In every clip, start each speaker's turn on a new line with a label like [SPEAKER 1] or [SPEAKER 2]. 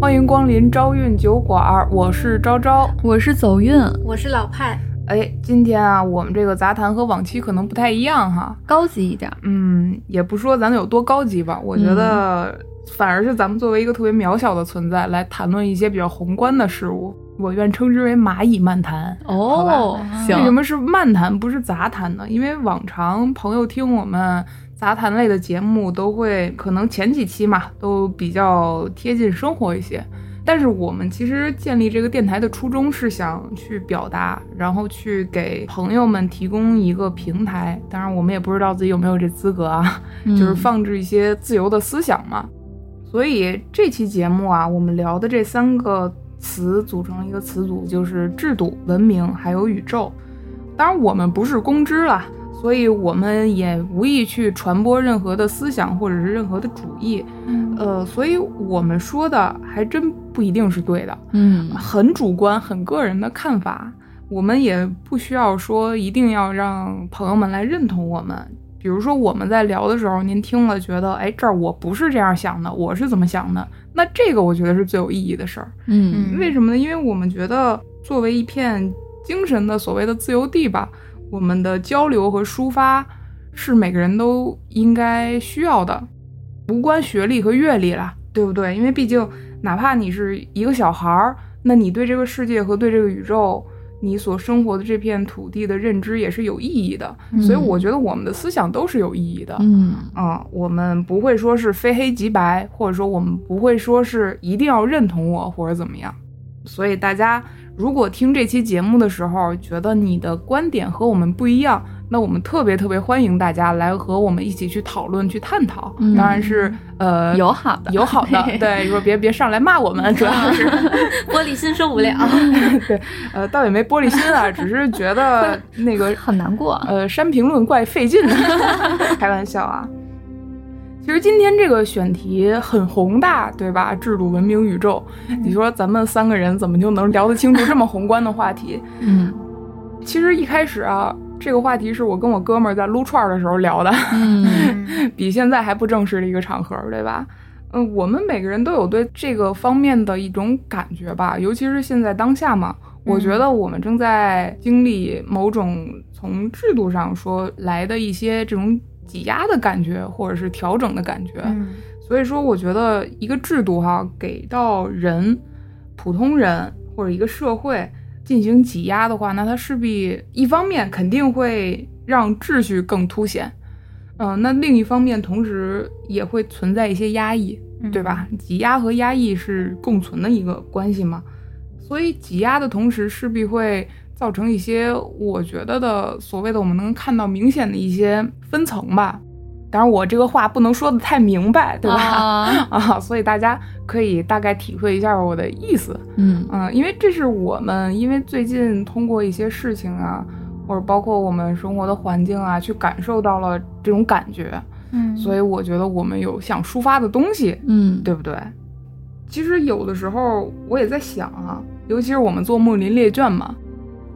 [SPEAKER 1] 欢迎光临招运酒馆儿，我是昭昭。
[SPEAKER 2] 我是走运，
[SPEAKER 3] 我是老派，
[SPEAKER 1] 哎，今天啊，我们这个杂谈和往期可能不太一样哈。
[SPEAKER 2] 高级一点儿。
[SPEAKER 1] 嗯，也不说咱有多高级吧，我觉得反而是咱们作为一个特别渺小的存在来谈论一些比较宏观的事物，我愿称之为蚂蚁漫谈。
[SPEAKER 2] 哦，行
[SPEAKER 1] 为，什么是漫谈不是杂谈呢？因为往常朋友听我们杂谈类的节目，都会可能前几期嘛，都比较贴近生活一些。但是我们其实建立这个电台的初衷是想去表达，然后去给朋友们提供一个平台。当然，我们也不知道自己有没有这资格啊，
[SPEAKER 2] 嗯
[SPEAKER 1] 就是放置一些自由的思想嘛。所以这期节目啊，我们聊的这三个词组成了一个词组，就是制度、文明还有宇宙。当然，我们不是公知啦，所以我们也无意去传播任何的思想或者是任何的主义。呃，所以我们说的还真不一定是对的，
[SPEAKER 2] 嗯
[SPEAKER 1] 很主观、很个人的看法。我们也不需要说一定要让朋友们来认同我们。比如说我们在聊的时候，您听了觉得，哎，这儿我不是这样想的，我是怎么想的？那这个我觉得是最有意义的事儿。
[SPEAKER 2] 嗯
[SPEAKER 1] 为什么呢？因为我们觉得作为一片精神的所谓的自由地吧，我们的交流和抒发是每个人都应该需要的，无关学历和阅历啦，对不对？因为毕竟哪怕你是一个小孩儿，那你对这个世界和对这个宇宙。你所生活的这片土地的认知也是有意义的，所以
[SPEAKER 2] 嗯
[SPEAKER 1] 我觉得我们的思想都是有意义的。
[SPEAKER 2] 嗯
[SPEAKER 1] 嗯，我们不会说是非黑即白，或者说我们不会说是一定要认同我或者怎么样。所以大家如果听这期节目的时候，觉得你的观点和我们不一样，那我们特别特别欢迎大家来和我们一起去讨论、去探讨。
[SPEAKER 2] 嗯
[SPEAKER 1] 当然是呃
[SPEAKER 2] 友好的，
[SPEAKER 1] 友好的
[SPEAKER 2] 嗯
[SPEAKER 1] 对，说别别上来骂我们，主要 是
[SPEAKER 3] 玻璃心受不了。
[SPEAKER 1] 对，呃，倒也没玻璃心啊，只是觉得那个
[SPEAKER 2] 很难过。
[SPEAKER 1] 呃，删评论怪费劲的，开玩笑啊。其实今天这个选题很宏大，对吧？制度、文明、宇宙，你说咱们三个人怎么就能聊得清楚这么宏观的话题？
[SPEAKER 2] 嗯
[SPEAKER 1] 其实一开始啊，这个话题是我跟我哥们儿在撸串儿的时候聊的，
[SPEAKER 2] 嗯
[SPEAKER 1] 比现在还不正式的一个场合，对吧？嗯，我们每个人都有对这个方面的一种感觉吧，尤其是现在当下嘛，我觉得我们正在经历某种从制度上说来的一些这种挤压的感觉，或者是调整的感觉。
[SPEAKER 3] 嗯
[SPEAKER 1] 所以说，我觉得一个制度哈、给到人、普通人或者一个社会进行挤压的话，那它势必一方面肯定会让秩序更凸显，嗯、那另一方面同时也会存在一些压抑，对吧？挤压和压抑是共存的一个关系嘛，所以挤压的同时势必会造成一些我觉得的所谓的我们能看到明显的一些分层吧。当然，我这个话不能说的太明白，对吧？
[SPEAKER 2] 啊
[SPEAKER 1] 啊，所以大家可以大概体会一下我的意思。
[SPEAKER 2] 嗯
[SPEAKER 1] 嗯，因为这是我们因为最近通过一些事情啊，或者包括我们生活的环境啊，去感受到了这种感觉，
[SPEAKER 3] 嗯
[SPEAKER 1] 所以我觉得我们有想抒发的东西，
[SPEAKER 2] 嗯，
[SPEAKER 1] 对不对？其实有的时候我也在想啊，尤其是我们做睦林列卷嘛，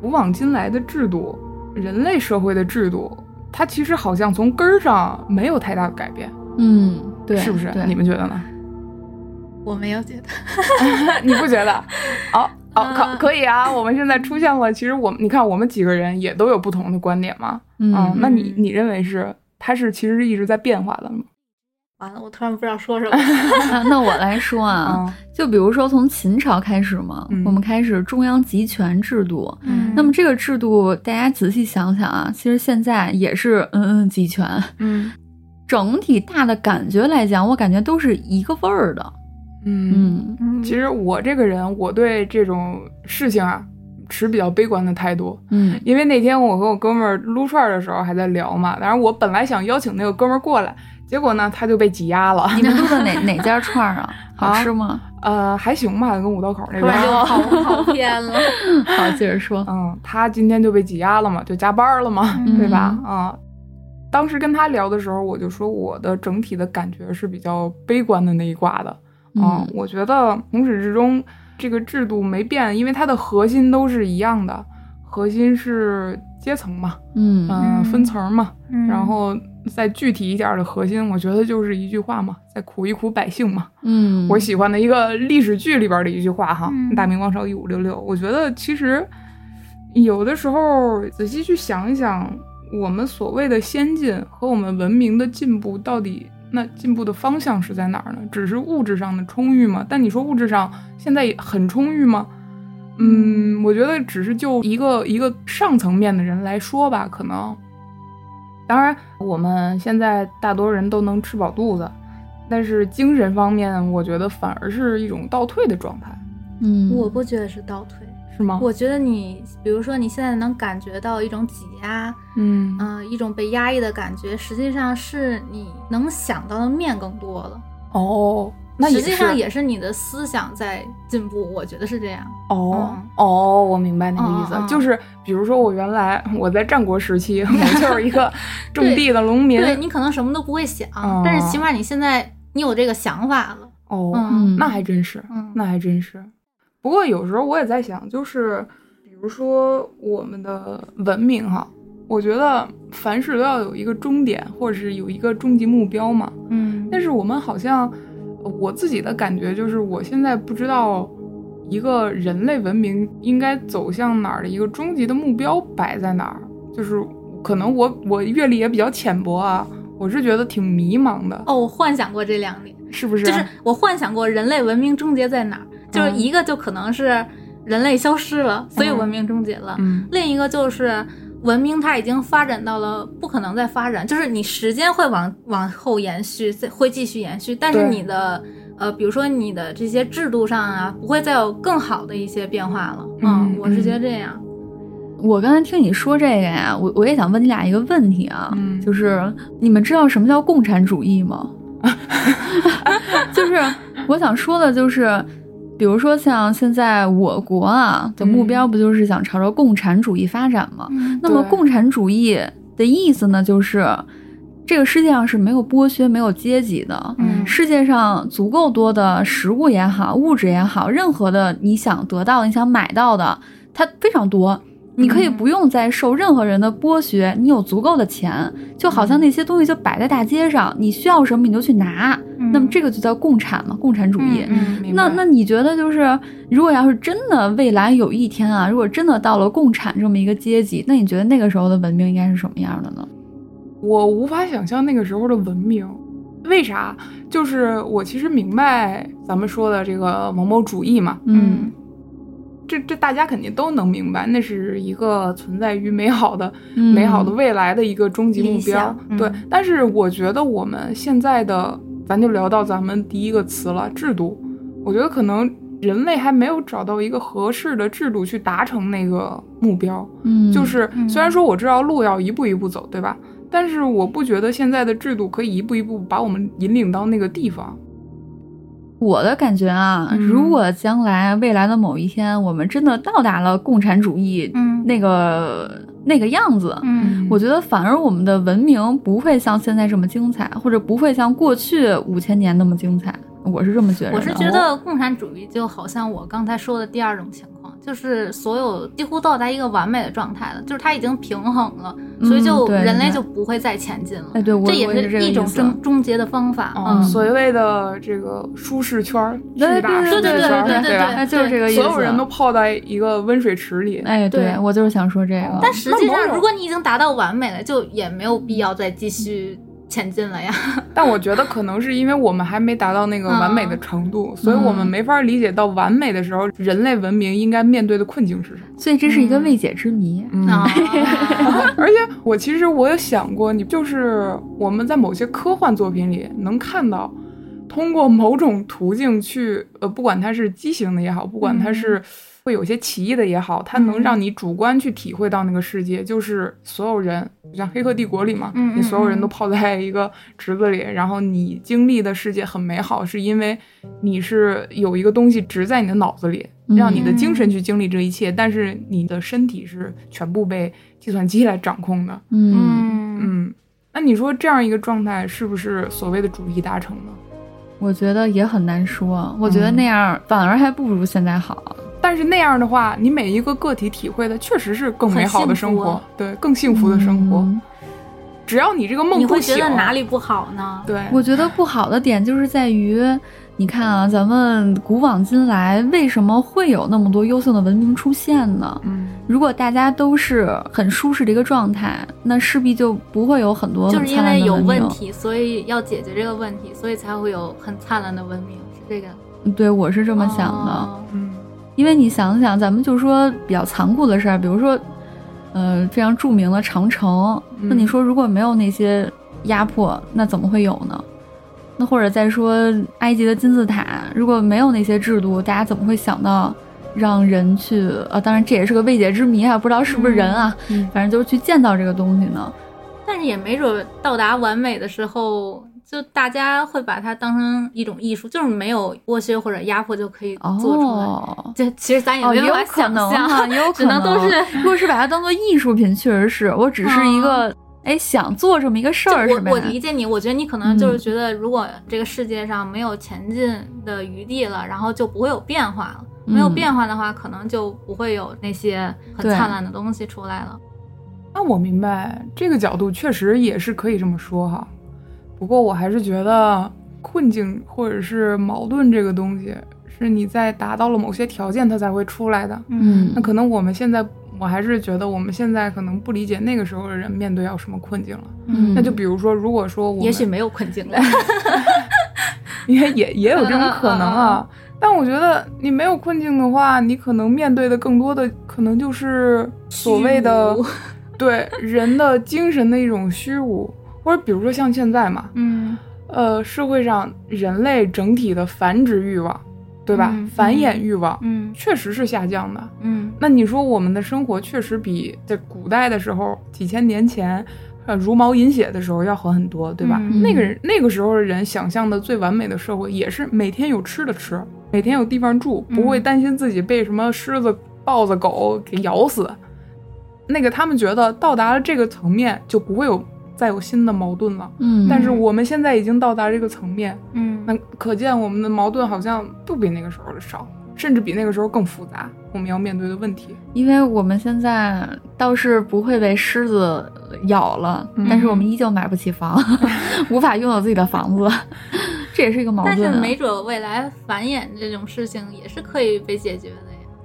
[SPEAKER 1] 古往今来的制度，人类社会的制度，它其实好像从根儿上没有太大的改变，
[SPEAKER 2] 嗯对，
[SPEAKER 1] 是不是？
[SPEAKER 2] 对
[SPEAKER 1] 你们觉得呢？
[SPEAKER 3] 我没有觉得，
[SPEAKER 1] 你不觉得？哦哦，可
[SPEAKER 3] 嗯
[SPEAKER 1] 可以啊！我们现在出现了，其实我们你看，我们几个人也都有不同的观点嘛。嗯，
[SPEAKER 2] 嗯
[SPEAKER 1] 那你你认为是它是其实一直在变化的吗？
[SPEAKER 3] 完了，我突然不知道说什么。
[SPEAKER 2] 那那我来说啊，
[SPEAKER 1] 啊，
[SPEAKER 2] 就比如说从秦朝开始嘛
[SPEAKER 1] 嗯，
[SPEAKER 2] 我们开始中央集权制度。
[SPEAKER 3] 嗯
[SPEAKER 2] 那么这个制度，大家仔细想想啊，其实现在也是嗯嗯集权。
[SPEAKER 1] 嗯
[SPEAKER 2] 整体大的感觉来讲，我感觉都是一个味儿的。
[SPEAKER 1] 嗯，
[SPEAKER 2] 嗯
[SPEAKER 1] 其实我这个人，我对这种事情啊持比较悲观的态度。
[SPEAKER 2] 嗯
[SPEAKER 1] 因为那天我和我哥们儿撸串儿的时候还在聊嘛，当然我本来想邀请那个哥们儿过来，结果呢他就被挤压了，
[SPEAKER 2] 你们住的哪哪家串儿啊？好
[SPEAKER 1] 啊
[SPEAKER 2] 吃吗？
[SPEAKER 1] 呃还行吧，跟五道口那
[SPEAKER 3] 突
[SPEAKER 1] 边
[SPEAKER 3] 然就
[SPEAKER 1] 儿，
[SPEAKER 3] 跑跑偏了。
[SPEAKER 2] 好，接着说。
[SPEAKER 1] 嗯，他今天就被挤压了嘛，就加班儿了嘛，
[SPEAKER 2] 嗯
[SPEAKER 1] 对吧？啊、当时跟他聊的时候，我就说我的整体的感觉是比较悲观的那一挂的。啊
[SPEAKER 2] 嗯
[SPEAKER 1] 我觉得从始至终这个制度没变，因为它的核心都是一样的。核心是阶层嘛，
[SPEAKER 2] 嗯
[SPEAKER 1] 嗯、
[SPEAKER 3] 嗯
[SPEAKER 1] 分层嘛，
[SPEAKER 3] 嗯
[SPEAKER 1] 然后再具体一点的核心，我觉得就是一句话嘛，再苦一苦百姓嘛。
[SPEAKER 2] 嗯，
[SPEAKER 1] 我喜欢的一个历史剧里边的一句话哈，
[SPEAKER 3] 嗯
[SPEAKER 1] 大明王朝一五六六。我觉得其实有的时候仔细去想一想，我们所谓的先进和我们文明的进步，到底那进步的方向是在哪儿呢？只是物质上的充裕吗？但你说物质上现在也很充裕吗？嗯，我觉得只是就一个一个上层面的人来说吧，可能。当然，我们现在大多人都能吃饱肚子，但是精神方面，我觉得反而是一种倒退的状态，
[SPEAKER 2] 嗯，
[SPEAKER 3] 我不觉得是倒退，
[SPEAKER 1] 是吗？
[SPEAKER 3] 我觉得你，比如说你现在能感觉到一种挤压，
[SPEAKER 1] 嗯
[SPEAKER 3] 嗯、一种被压抑的感觉，实际上是你能想到的面更多了。
[SPEAKER 1] 哦，那
[SPEAKER 3] 实际上
[SPEAKER 1] 是
[SPEAKER 3] 也是你的思想在进步，我觉得是这样。
[SPEAKER 1] 哦、
[SPEAKER 3] 嗯
[SPEAKER 1] 哦，我明白那个意思，
[SPEAKER 3] 嗯嗯嗯
[SPEAKER 1] 就是比如说我原来我在战国时 期，我就是一个种地的农民，
[SPEAKER 3] 对你可能什么都不会想，
[SPEAKER 1] 哦
[SPEAKER 3] 但是起码你现在你有这个想法了。
[SPEAKER 1] 哦，
[SPEAKER 3] 嗯
[SPEAKER 1] 那还真是，
[SPEAKER 3] 嗯，
[SPEAKER 1] 那还真是。不过有时候我也在想，就是比如说我们的文明哈，我觉得凡事都要有一个终点，或者是有一个终极目标嘛。
[SPEAKER 3] 嗯
[SPEAKER 1] 但是我们好像，呃我自己的感觉就是，我现在不知道一个人类文明应该走向哪儿的一个终极的目标摆在哪儿。就是可能我我阅历也比较浅薄啊，我是觉得挺迷茫的，
[SPEAKER 3] 哦，我幻想过这两点，
[SPEAKER 1] 是不是？嗯
[SPEAKER 3] 就是我幻想过人类文明终结在哪儿，就是一个就可能是人类消失了，所以文明终结了；
[SPEAKER 1] 嗯
[SPEAKER 3] 另一个就是文明它已经发展到了不可能再发展，就是你时间会往往后延续，再会继续延续，但是
[SPEAKER 1] 对
[SPEAKER 3] 你的呃，比如说你的这些制度上啊，不会再有更好的一些变化了。
[SPEAKER 1] 嗯
[SPEAKER 3] 我是觉得这样。
[SPEAKER 2] 我刚才听你说这个呀，我我也想问你俩一个问题啊，
[SPEAKER 1] 嗯
[SPEAKER 2] 就是你们知道什么叫共产主义吗？ 就是我想说的，就是比如说像现在我国啊的目标不就是想朝着共产主义发展吗？
[SPEAKER 3] 嗯
[SPEAKER 2] 那么
[SPEAKER 1] 对
[SPEAKER 2] 共产主义的意思呢，就是这个世界上是没有剥削、没有阶级的，
[SPEAKER 1] 嗯
[SPEAKER 2] 世界上足够多的食物也好，物质也好，任何的你想得到、你想买到的，它非常多。你可以
[SPEAKER 3] 嗯
[SPEAKER 2] 不用再受任何人的剥削，你有足够的钱，就好像那些东西就摆在大街上，你需要什么你就去拿。那么这个就叫共产嘛，共产主义。
[SPEAKER 1] 嗯，明白
[SPEAKER 2] 那那你觉得就是，如果要是真的未来有一天啊，如果真的到了共产这么一个阶级，那你觉得那个时候的文明应该是什么样的呢？
[SPEAKER 1] 我无法想象那个时候的文明。为啥？就是我其实明白咱们说的这个某某主义嘛，
[SPEAKER 2] 嗯
[SPEAKER 1] 这这大家肯定都能明白，那是一个存在于美好的、
[SPEAKER 2] 嗯
[SPEAKER 1] 美好的未来的一个终极目
[SPEAKER 3] 理
[SPEAKER 1] 标
[SPEAKER 3] 想。嗯
[SPEAKER 1] 对，但是我觉得我们现在的，咱就聊到咱们第一个词了，制度。我觉得可能人类还没有找到一个合适的制度去达成那个目标。
[SPEAKER 2] 嗯，
[SPEAKER 1] 就是
[SPEAKER 3] 嗯
[SPEAKER 1] 虽然说我知道路要一步一步走，对吧？但是我不觉得现在的制度可以一步一步把我们引领到那个地方。
[SPEAKER 2] 我的感觉啊，
[SPEAKER 1] 嗯
[SPEAKER 2] 如果将来未来的某一天，我们真的到达了共产主义
[SPEAKER 3] 嗯
[SPEAKER 2] 那个、那个样子，
[SPEAKER 3] 嗯
[SPEAKER 2] 我觉得反而我们的文明不会像现在这么精彩，或者不会像过去五千年那么精彩。我是这么觉得的。啊
[SPEAKER 3] 我是觉
[SPEAKER 1] 哦
[SPEAKER 3] 得共产主义就好像我刚才说的第二种情况，就是所有几乎到达一个完美的状态了，就是它已经平衡了，所以
[SPEAKER 2] 嗯
[SPEAKER 3] 就
[SPEAKER 2] 对
[SPEAKER 3] 人类
[SPEAKER 2] 对
[SPEAKER 3] 就不会再前进了。
[SPEAKER 2] 哎，对，我
[SPEAKER 3] 这也
[SPEAKER 2] 我是这个
[SPEAKER 3] 一种
[SPEAKER 2] 意思哦
[SPEAKER 3] 终终结的方法。
[SPEAKER 1] 嗯，
[SPEAKER 3] 嗯，
[SPEAKER 1] 所谓的这个舒适圈儿，巨
[SPEAKER 2] 对
[SPEAKER 1] 大舒
[SPEAKER 2] 对
[SPEAKER 1] 适
[SPEAKER 2] 对
[SPEAKER 1] 圈儿，
[SPEAKER 2] 对
[SPEAKER 3] 对
[SPEAKER 1] 吧？
[SPEAKER 2] 哎，就是这个意思。
[SPEAKER 1] 所有人都泡在一个温水池里。
[SPEAKER 2] 哎，对
[SPEAKER 3] 对
[SPEAKER 2] 我就是想说这个。
[SPEAKER 3] 但实际
[SPEAKER 1] 那某
[SPEAKER 3] 上，
[SPEAKER 1] 种
[SPEAKER 3] 如果你已经达到完美了，就也没有必要再继续前进了呀。
[SPEAKER 1] 但我觉得可能是因为我们还没达到那个完美的程度，所以我们没法理解到完美的时候，人类文明应该面对的困境是什么。
[SPEAKER 2] 所以这是一个未解之谜。
[SPEAKER 1] 嗯
[SPEAKER 3] 啊，
[SPEAKER 1] 而且我其实我有想过，你就是我们在某些科幻作品里能看到，通过某种途径去，呃，不管它是畸形的也好，不管它是会有些歧义的也好，它能
[SPEAKER 3] 嗯
[SPEAKER 1] 让你主观去体会到那个世界，就是所有人，像《黑客帝国》里嘛，
[SPEAKER 3] 嗯嗯
[SPEAKER 1] 你所有人
[SPEAKER 3] 嗯
[SPEAKER 1] 都泡在一个池子里，然后你经历的世界很美好，是因为你是有一个东西植在你的脑子里，让你的
[SPEAKER 3] 嗯
[SPEAKER 1] 精神去经历这一切，但是你的身体是全部被计算机来掌控的。
[SPEAKER 2] 嗯，
[SPEAKER 3] 嗯，
[SPEAKER 1] 嗯，那你说这样一个状态是不是所谓的主义达成呢？
[SPEAKER 2] 我觉得也很难说。我觉得
[SPEAKER 1] 嗯
[SPEAKER 2] 那样反而还不如现在好。
[SPEAKER 1] 但是那样的话，你每一个个体体会的确实是更美好的生
[SPEAKER 3] 很
[SPEAKER 1] 活
[SPEAKER 3] 幸福，啊
[SPEAKER 1] 对，更幸福的生活。
[SPEAKER 2] 嗯
[SPEAKER 1] 只要你这个梦
[SPEAKER 3] 你
[SPEAKER 1] 不
[SPEAKER 3] 会觉
[SPEAKER 1] 醒，啊
[SPEAKER 3] 得哪里不好呢？
[SPEAKER 1] 对，
[SPEAKER 2] 我觉得不好的点就是在于，你看啊，咱们古往今来为什么会有那么多优秀的文明出现呢？
[SPEAKER 1] 嗯，
[SPEAKER 2] 如果大家都是很舒适的一个状态，那势必就不会有很多
[SPEAKER 3] 就
[SPEAKER 2] 很
[SPEAKER 3] 是因
[SPEAKER 2] 灿烂
[SPEAKER 3] 为
[SPEAKER 2] 的哦
[SPEAKER 3] 有
[SPEAKER 2] 文
[SPEAKER 3] 问
[SPEAKER 2] 明。
[SPEAKER 3] 题，所以要解决这个问题，所以才会有很灿烂的文明，是这个
[SPEAKER 2] 对，我是这
[SPEAKER 3] 这
[SPEAKER 2] 么想的。
[SPEAKER 3] 哦
[SPEAKER 1] 嗯
[SPEAKER 2] 因为你想想，咱们就说比较残酷的事儿，比如说，呃，非常著名的长城，
[SPEAKER 1] 嗯
[SPEAKER 2] 那你说如果没有那些压迫，那怎么会有呢？那或者再说埃及的金字塔，如果没有那些制度，大家怎么会想到让人去？呃，当然这也是个未解之谜啊，不知道是不是人啊，
[SPEAKER 1] 嗯
[SPEAKER 2] 反正就是去建造这个东西呢。
[SPEAKER 3] 但是也没准到达完美的时候，就大家会把它当成一种艺术，就是没有剥削或者压迫就可以做出来。
[SPEAKER 2] 哦。
[SPEAKER 3] 这其实咱也
[SPEAKER 2] 哦，
[SPEAKER 3] 没
[SPEAKER 2] 也有
[SPEAKER 3] 办法
[SPEAKER 2] 可
[SPEAKER 3] 想
[SPEAKER 2] 能
[SPEAKER 3] 象，
[SPEAKER 2] 啊，也 有可
[SPEAKER 3] 只能都是。嗯
[SPEAKER 2] 如果是把它当做艺术品，确实是我只是一个哎、想做这么一个事
[SPEAKER 3] 就
[SPEAKER 2] 儿，是呗？
[SPEAKER 3] 我我理解你，我觉得你可能就
[SPEAKER 2] 嗯
[SPEAKER 3] 是觉得，如果这个世界上没有前进的余地了，然后就不会有变化了。没有
[SPEAKER 2] 嗯
[SPEAKER 3] 变化的话，可能就不会有那些很
[SPEAKER 2] 对
[SPEAKER 3] 灿烂的东西出来了。
[SPEAKER 1] 那我明白这个角度确实也是可以这么说哈，不过我还是觉得困境或者是矛盾这个东西，是你在达到了某些条件它才会出来的。
[SPEAKER 2] 嗯
[SPEAKER 1] 那可能我们现在，我还是觉得我们现在可能不理解那个时候的人面对要什么困境了。
[SPEAKER 2] 嗯
[SPEAKER 1] 那就比如说，如果说我们
[SPEAKER 3] 也许没有困境 了。
[SPEAKER 1] 也也也有这种可能
[SPEAKER 3] 嗯
[SPEAKER 1] 啊。但我觉得你没有困境的话，你可能面对的更多的可能就是所谓的
[SPEAKER 3] 虚无
[SPEAKER 1] 对人的精神的一种虚无，或者比如说像现在嘛，
[SPEAKER 3] 嗯，
[SPEAKER 1] 呃，社会上人类整体的繁殖欲望，对吧？
[SPEAKER 3] 嗯
[SPEAKER 1] 繁衍欲望、
[SPEAKER 3] 嗯
[SPEAKER 1] 确实是下降的。
[SPEAKER 3] 嗯
[SPEAKER 1] 那你说我们的生活确实比在古代的时候几千年前，呃，茹毛饮血的时候要好很多，对吧？
[SPEAKER 3] 嗯
[SPEAKER 1] 那个人那个时候的人想象的最完美的社会，也是每天有吃的吃，每天有地方住，
[SPEAKER 3] 嗯
[SPEAKER 1] 不会担心自己被什么狮子、豹子、狗给咬死。那个他们觉得到达了这个层面，就不会有再有新的矛盾了。
[SPEAKER 2] 嗯，
[SPEAKER 1] 但是我们现在已经到达这个层面，
[SPEAKER 3] 嗯
[SPEAKER 1] 那可见我们的矛盾好像不比那个时候的少，甚至比那个时候更复杂。我们要面对的问题，
[SPEAKER 2] 因为我们现在倒是不会被狮子咬了，
[SPEAKER 1] 嗯
[SPEAKER 2] 但是我们依旧买不起房， 无法拥有自己的房子， 这也是一个矛
[SPEAKER 3] 但
[SPEAKER 2] 盾、
[SPEAKER 3] 是
[SPEAKER 2] 啊。
[SPEAKER 3] 没准未来繁衍这种事情也是可以被解决的呀。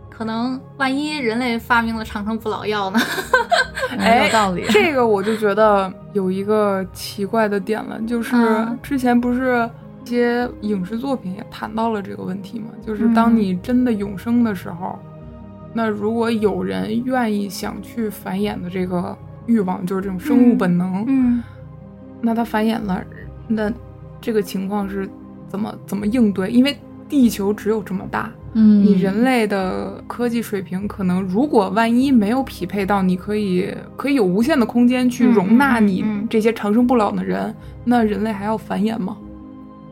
[SPEAKER 3] 可能万一人类发明了长生不老药呢？ 哎
[SPEAKER 2] 没有道理。啊
[SPEAKER 1] 这个我就觉得有一个奇怪的点了，就是
[SPEAKER 3] 嗯
[SPEAKER 1] 之前不是一些影视作品也谈到了这个问题嘛，就是当
[SPEAKER 3] 嗯
[SPEAKER 1] 你真的永生的时候，那如果有人愿意想去繁衍的这个欲望，就是这种生物本能，
[SPEAKER 3] 嗯，
[SPEAKER 1] 那它繁衍了，那这个情况是怎么怎么应对？因为地球只有这么大，
[SPEAKER 2] 嗯，
[SPEAKER 1] 你人类的科技水平可能，如果万一没有匹配到，你可以可以有无限的空间去容纳
[SPEAKER 3] 嗯嗯嗯
[SPEAKER 1] 你
[SPEAKER 3] 嗯
[SPEAKER 1] 这些长生不老的人，那人类还要繁衍吗？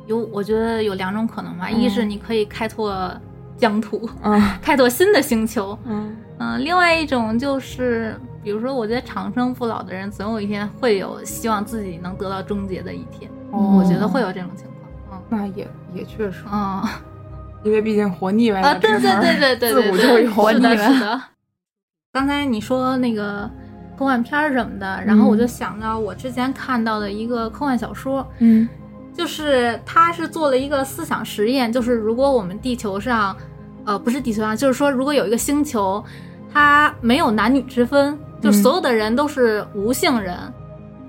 [SPEAKER 3] 有，我觉得有两种可能吧，
[SPEAKER 1] 嗯
[SPEAKER 3] 一是你可以开拓疆土，
[SPEAKER 1] 啊，
[SPEAKER 3] 开拓新的星球，
[SPEAKER 1] 嗯
[SPEAKER 3] 嗯、另外一种就是，比如说，我觉得长生不老的人，总有一天会有希望自己能得到终结的一天，
[SPEAKER 1] 哦
[SPEAKER 3] 嗯我觉得会有这种情况，
[SPEAKER 1] 那也也确实，
[SPEAKER 3] 嗯嗯
[SPEAKER 1] 因为毕竟活腻歪
[SPEAKER 3] 啊，
[SPEAKER 1] 了这个
[SPEAKER 3] 对
[SPEAKER 1] 词
[SPEAKER 3] 对
[SPEAKER 1] 儿，
[SPEAKER 3] 对对对
[SPEAKER 1] 自
[SPEAKER 3] 对
[SPEAKER 1] 古
[SPEAKER 3] 对，
[SPEAKER 1] 就有活
[SPEAKER 3] 是
[SPEAKER 1] 腻
[SPEAKER 3] 的，
[SPEAKER 1] 歪。
[SPEAKER 3] 是的。刚才你说那个科幻片儿什么的，然后我就想到我之前看到的一个科幻小说，
[SPEAKER 1] 嗯
[SPEAKER 3] 就是他是做了一个思想实验，就是如果我们地球上，呃，不是地球上，就是说如果有一个星球，它没有男女之分，就
[SPEAKER 1] 嗯
[SPEAKER 3] 所有的人都是无性人，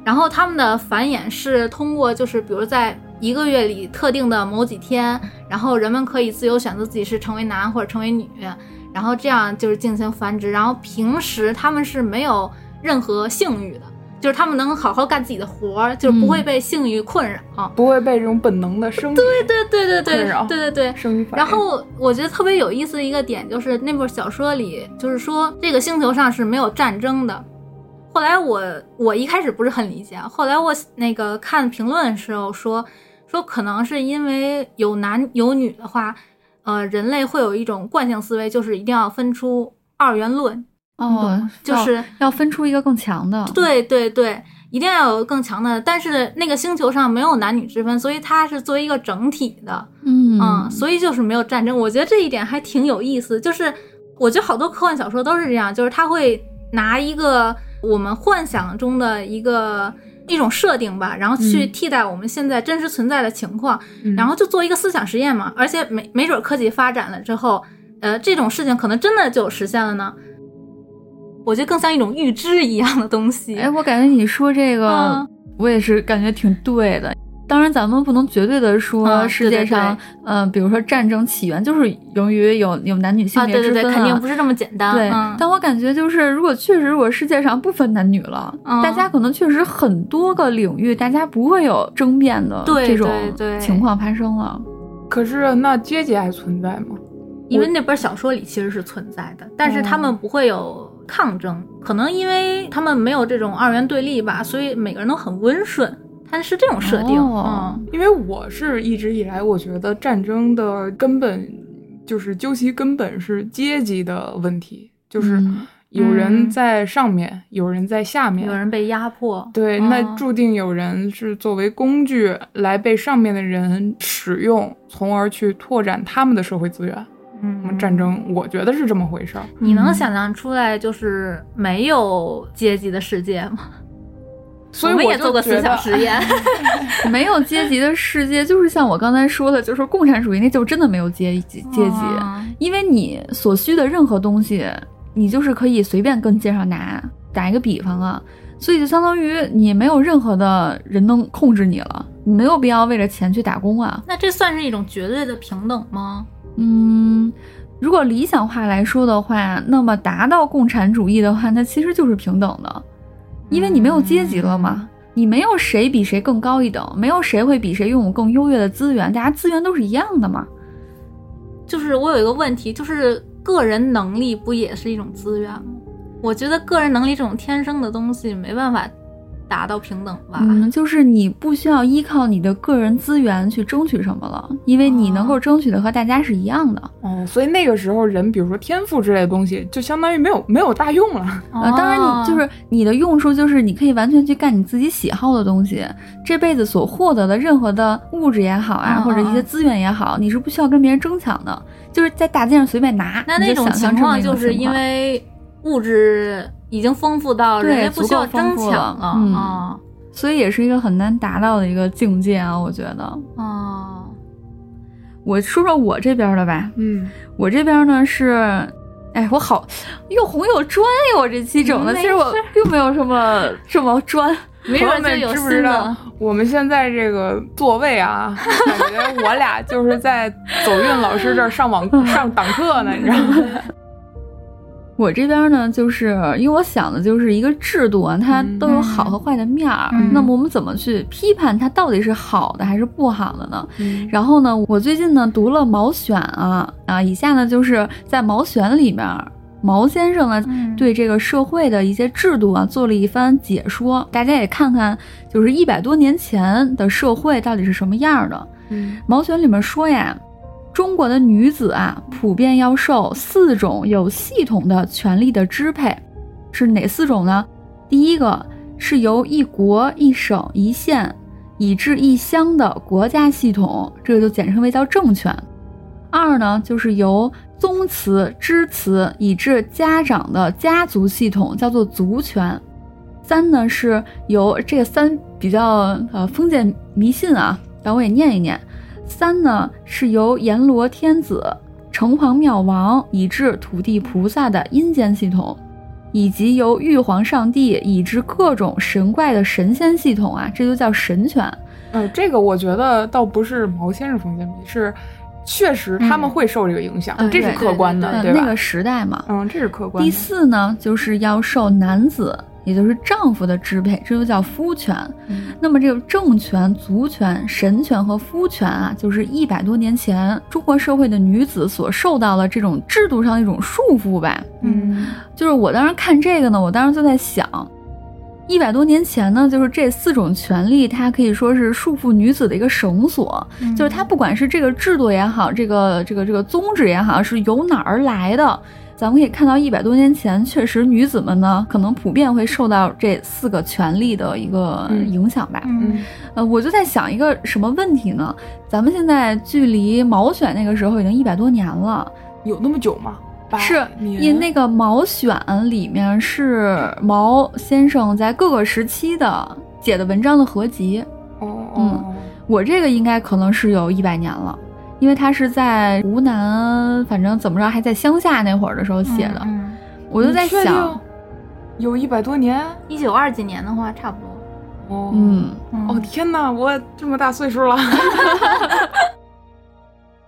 [SPEAKER 3] 然后他们的繁衍是通过就是比如在一个月里特定的某几天，然后人们可以自由选择自己是成为男或者成为女，然后这样就是进行繁殖，然后平时他们是没有任何性欲的。就是他们能好好干自己的活儿，就是不会
[SPEAKER 2] 嗯
[SPEAKER 3] 被性欲困扰。
[SPEAKER 1] 不会被这种本能的生理
[SPEAKER 3] 对对对对
[SPEAKER 1] 困扰
[SPEAKER 3] 对对对。
[SPEAKER 1] 生理反应。
[SPEAKER 3] 然后我觉得特别有意思的一个点就是那本小说里，就是说这个星球上是没有战争的。后来我我一开始不是很理解，啊后来我那个看评论的时候说说可能是因为有男有女的话，呃，人类会有一种惯性思维，就是一定要分出二元论，
[SPEAKER 2] 哦，
[SPEAKER 3] 就是
[SPEAKER 2] 要要分出一个更强的。
[SPEAKER 3] 对对对，一定要有更强的。但是那个星球上没有男女之分，所以它是作为一个整体的，
[SPEAKER 2] 嗯
[SPEAKER 3] 嗯，所以就是没有战争。我觉得这一点还挺有意思，就是我觉得好多科幻小说都是这样，就是他会拿一个我们幻想中的一个一种设定吧，然后去
[SPEAKER 1] 嗯
[SPEAKER 3] 替代我们现在真实存在的情况，
[SPEAKER 1] 嗯
[SPEAKER 3] 然后就做一个思想实验嘛。而且没没准科技发展了之后，呃，这种事情可能真的就实现了呢。我觉得更像一种预知一样的东西。
[SPEAKER 2] 哎，我感觉你说这个，
[SPEAKER 3] 嗯
[SPEAKER 2] 我也是感觉挺对的。当然，咱们不能绝对的说
[SPEAKER 3] 嗯
[SPEAKER 2] 世界上，嗯、比如说战争起源就是由于有有男女性
[SPEAKER 3] 啊，
[SPEAKER 2] 别
[SPEAKER 3] 对对
[SPEAKER 2] 之
[SPEAKER 3] 对，
[SPEAKER 2] 分
[SPEAKER 3] 肯定不是这么简单。
[SPEAKER 2] 对，
[SPEAKER 3] 嗯、
[SPEAKER 2] 但我感觉就是，如果确实，如果世界上不分男女了，
[SPEAKER 3] 嗯
[SPEAKER 2] 大家可能确实很多个领域，大家不会有争辩的
[SPEAKER 3] 对
[SPEAKER 2] 这种
[SPEAKER 3] 对对
[SPEAKER 2] 情况发生了。
[SPEAKER 1] 可是那阶级还存在吗？
[SPEAKER 3] 因为那本小说里其实是存在的，但
[SPEAKER 1] 哦
[SPEAKER 3] 是他们不会有抗争，可能因为他们没有这种二元对立吧，所以每个人都很温顺，它是这种设定。
[SPEAKER 2] 哦
[SPEAKER 3] 嗯，
[SPEAKER 1] 因为我是一直以来，我觉得战争的根本就是究其根本是阶级的问题，就是
[SPEAKER 2] 嗯
[SPEAKER 1] 有人
[SPEAKER 3] 嗯
[SPEAKER 1] 在上面，有人在下面，
[SPEAKER 3] 有人被压迫，
[SPEAKER 1] 对，
[SPEAKER 3] 嗯
[SPEAKER 1] 那注定有人是作为工具来被上面的人使用，从而去拓展他们的社会资源。
[SPEAKER 3] 嗯
[SPEAKER 1] 战。争，我觉得是这么回事儿。
[SPEAKER 3] 你能想象出来就是没有阶级的世界吗？
[SPEAKER 1] 所以
[SPEAKER 3] 我们
[SPEAKER 1] 我
[SPEAKER 3] 也
[SPEAKER 1] 就
[SPEAKER 3] 做过
[SPEAKER 1] 觉
[SPEAKER 3] 思
[SPEAKER 1] 得
[SPEAKER 3] 想实验，
[SPEAKER 2] 没有阶级的世界，就是像我刚才说的，就是共产主义，那就真的没有阶级阶级。
[SPEAKER 3] 嗯
[SPEAKER 2] 因为你所需的任何东西，你就是可以随便跟街上拿。打一个比方啊，所以就相当于你没有任何的人能控制你了，你没有必要为了钱去打工啊。
[SPEAKER 3] 那这算是一种绝对的平等吗？
[SPEAKER 2] 嗯，如果理想化来说的话，那么达到共产主义的话，那其实就是平等的，因为你没有阶级了嘛。你没有谁比谁更高一等，没有谁会比谁拥有更优越的资源，大家资源都是一样的嘛。
[SPEAKER 3] 就是我有一个问题，就是个人能力不也是一种资源吗？我觉得个人能力这种天生的东西没办法达到平等吧。
[SPEAKER 2] 嗯，就是你不需要依靠你的个人资源去争取什么了，因为你能够争取的和大家是一样的。
[SPEAKER 1] 哦，所以那个时候人，比如说天赋之类的东西，就相当于没有没有大用了。
[SPEAKER 2] 呃，当然
[SPEAKER 3] 哦
[SPEAKER 2] 你就是你的用处就是你可以完全去干你自己喜好的东西，这辈子所获得的任何的物质也好啊，
[SPEAKER 3] 嗯
[SPEAKER 2] 或者一些
[SPEAKER 3] 嗯
[SPEAKER 2] 资源也好，你是不需要跟别人争抢的，就是在大街上随便拿。
[SPEAKER 3] 那
[SPEAKER 2] 你
[SPEAKER 3] 那
[SPEAKER 2] 就
[SPEAKER 3] 种
[SPEAKER 2] 想象
[SPEAKER 3] 情
[SPEAKER 2] 这么
[SPEAKER 3] 况
[SPEAKER 2] 一
[SPEAKER 3] 就
[SPEAKER 2] 种
[SPEAKER 3] 是
[SPEAKER 2] 情
[SPEAKER 3] 因
[SPEAKER 2] 况
[SPEAKER 3] 为物质已经丰富到人
[SPEAKER 2] 对
[SPEAKER 3] 类不需要
[SPEAKER 2] 足够丰
[SPEAKER 3] 争
[SPEAKER 2] 富
[SPEAKER 3] 抢
[SPEAKER 2] 了
[SPEAKER 3] 了
[SPEAKER 2] 嗯
[SPEAKER 3] 啊
[SPEAKER 2] 所以也是一个很难达到的一个境界啊，我觉得。
[SPEAKER 3] 啊！
[SPEAKER 2] 我说说我这边儿的吧，
[SPEAKER 1] 嗯，
[SPEAKER 2] 我这边呢是，哎，我好又红又专呀！我这期整的，
[SPEAKER 3] 嗯
[SPEAKER 2] 其实我并没有什么这么专。
[SPEAKER 3] 没
[SPEAKER 1] 朋友
[SPEAKER 3] 准就
[SPEAKER 1] 们
[SPEAKER 3] 有
[SPEAKER 1] 知不
[SPEAKER 3] 新
[SPEAKER 1] 知道
[SPEAKER 3] 的。
[SPEAKER 1] 我们现在这个座位啊，感觉我俩就是在走运老师这儿上网上党课呢，你知道吗？
[SPEAKER 2] 我这边呢，就是因为我想的就是一个制度啊，它
[SPEAKER 1] 嗯
[SPEAKER 2] 都有好和坏的面儿。
[SPEAKER 3] 嗯
[SPEAKER 2] 那么我们怎么去批判它到底是好的还是不好的呢？
[SPEAKER 1] 嗯
[SPEAKER 2] 然后呢，我最近呢读了《毛选》啊啊，以下呢就是在《毛选》里面，毛先生呢
[SPEAKER 3] 嗯
[SPEAKER 2] 对这个社会的一些制度啊做了一番解说，大家也看看，就是一百多年前的社会到底是什么样的。
[SPEAKER 3] 嗯
[SPEAKER 2] 《毛选》里面说呀，中国的女子啊，普遍要受四种有系统的权利的支配，是哪四种呢？第一个是由一国、一省、一县以至一乡的国家系统，这个就简称为叫政权。二呢，就是由宗祠、支祠以至家长的家族系统，叫做族权。三呢，是由这个三比较呃封建迷信啊，然后我也念一念。三呢，是由阎罗天子、城隍庙王以至土地菩萨的阴间系统，以及由玉皇上帝以至各种神怪的神仙系统啊，这就叫神权。
[SPEAKER 1] 呃，这个我觉得倒不是毛先生封建迷，是确实他们会受这个影响，
[SPEAKER 3] 嗯
[SPEAKER 1] 这是客观的，
[SPEAKER 3] 对
[SPEAKER 2] 呃
[SPEAKER 1] 对
[SPEAKER 2] 那
[SPEAKER 1] 吧
[SPEAKER 2] 个？时代嘛，
[SPEAKER 1] 嗯，这是客观的。
[SPEAKER 2] 第四呢，就是要受男子，也就是丈夫的支配，这就叫夫权。
[SPEAKER 1] 嗯，
[SPEAKER 2] 那么这个政权、族权、神权和夫权啊，就是一百多年前中国社会的女子所受到的这种制度上的一种束缚吧。
[SPEAKER 1] 嗯
[SPEAKER 2] 就是我当时看这个呢，我当时就在想，一百多年前呢，就是这四种权利，它可以说是束缚女子的一个绳索。
[SPEAKER 3] 嗯
[SPEAKER 2] 就是它不管是这个制度也好，这个这个这个宗旨也好，是由哪儿而来的，咱们可以看到，一百多年前确实女子们呢，可能普遍会受到这四个权利的一个
[SPEAKER 1] 嗯
[SPEAKER 2] 影响吧。
[SPEAKER 3] 嗯，
[SPEAKER 2] 呃，我就在想一个什么问题呢？咱们现在距离毛选那个时候已经一百多年了，
[SPEAKER 1] 有那么久吗？八
[SPEAKER 2] 是
[SPEAKER 1] 年
[SPEAKER 2] 因那个毛选里面是毛先生在各个时期的写的文章的合集。
[SPEAKER 1] 哦
[SPEAKER 2] 嗯
[SPEAKER 1] 哦，
[SPEAKER 2] 我这个应该可能是有一百年了，因为他是在湖南，反正怎么着还在乡下那会儿的时候写的。
[SPEAKER 3] 嗯，
[SPEAKER 2] 我就在
[SPEAKER 1] 你确定
[SPEAKER 2] 想，
[SPEAKER 1] 有一百多年。
[SPEAKER 3] 一九二几年的话差不多。
[SPEAKER 1] 哦，
[SPEAKER 2] 嗯，
[SPEAKER 1] 哦天哪，我这么大岁数了。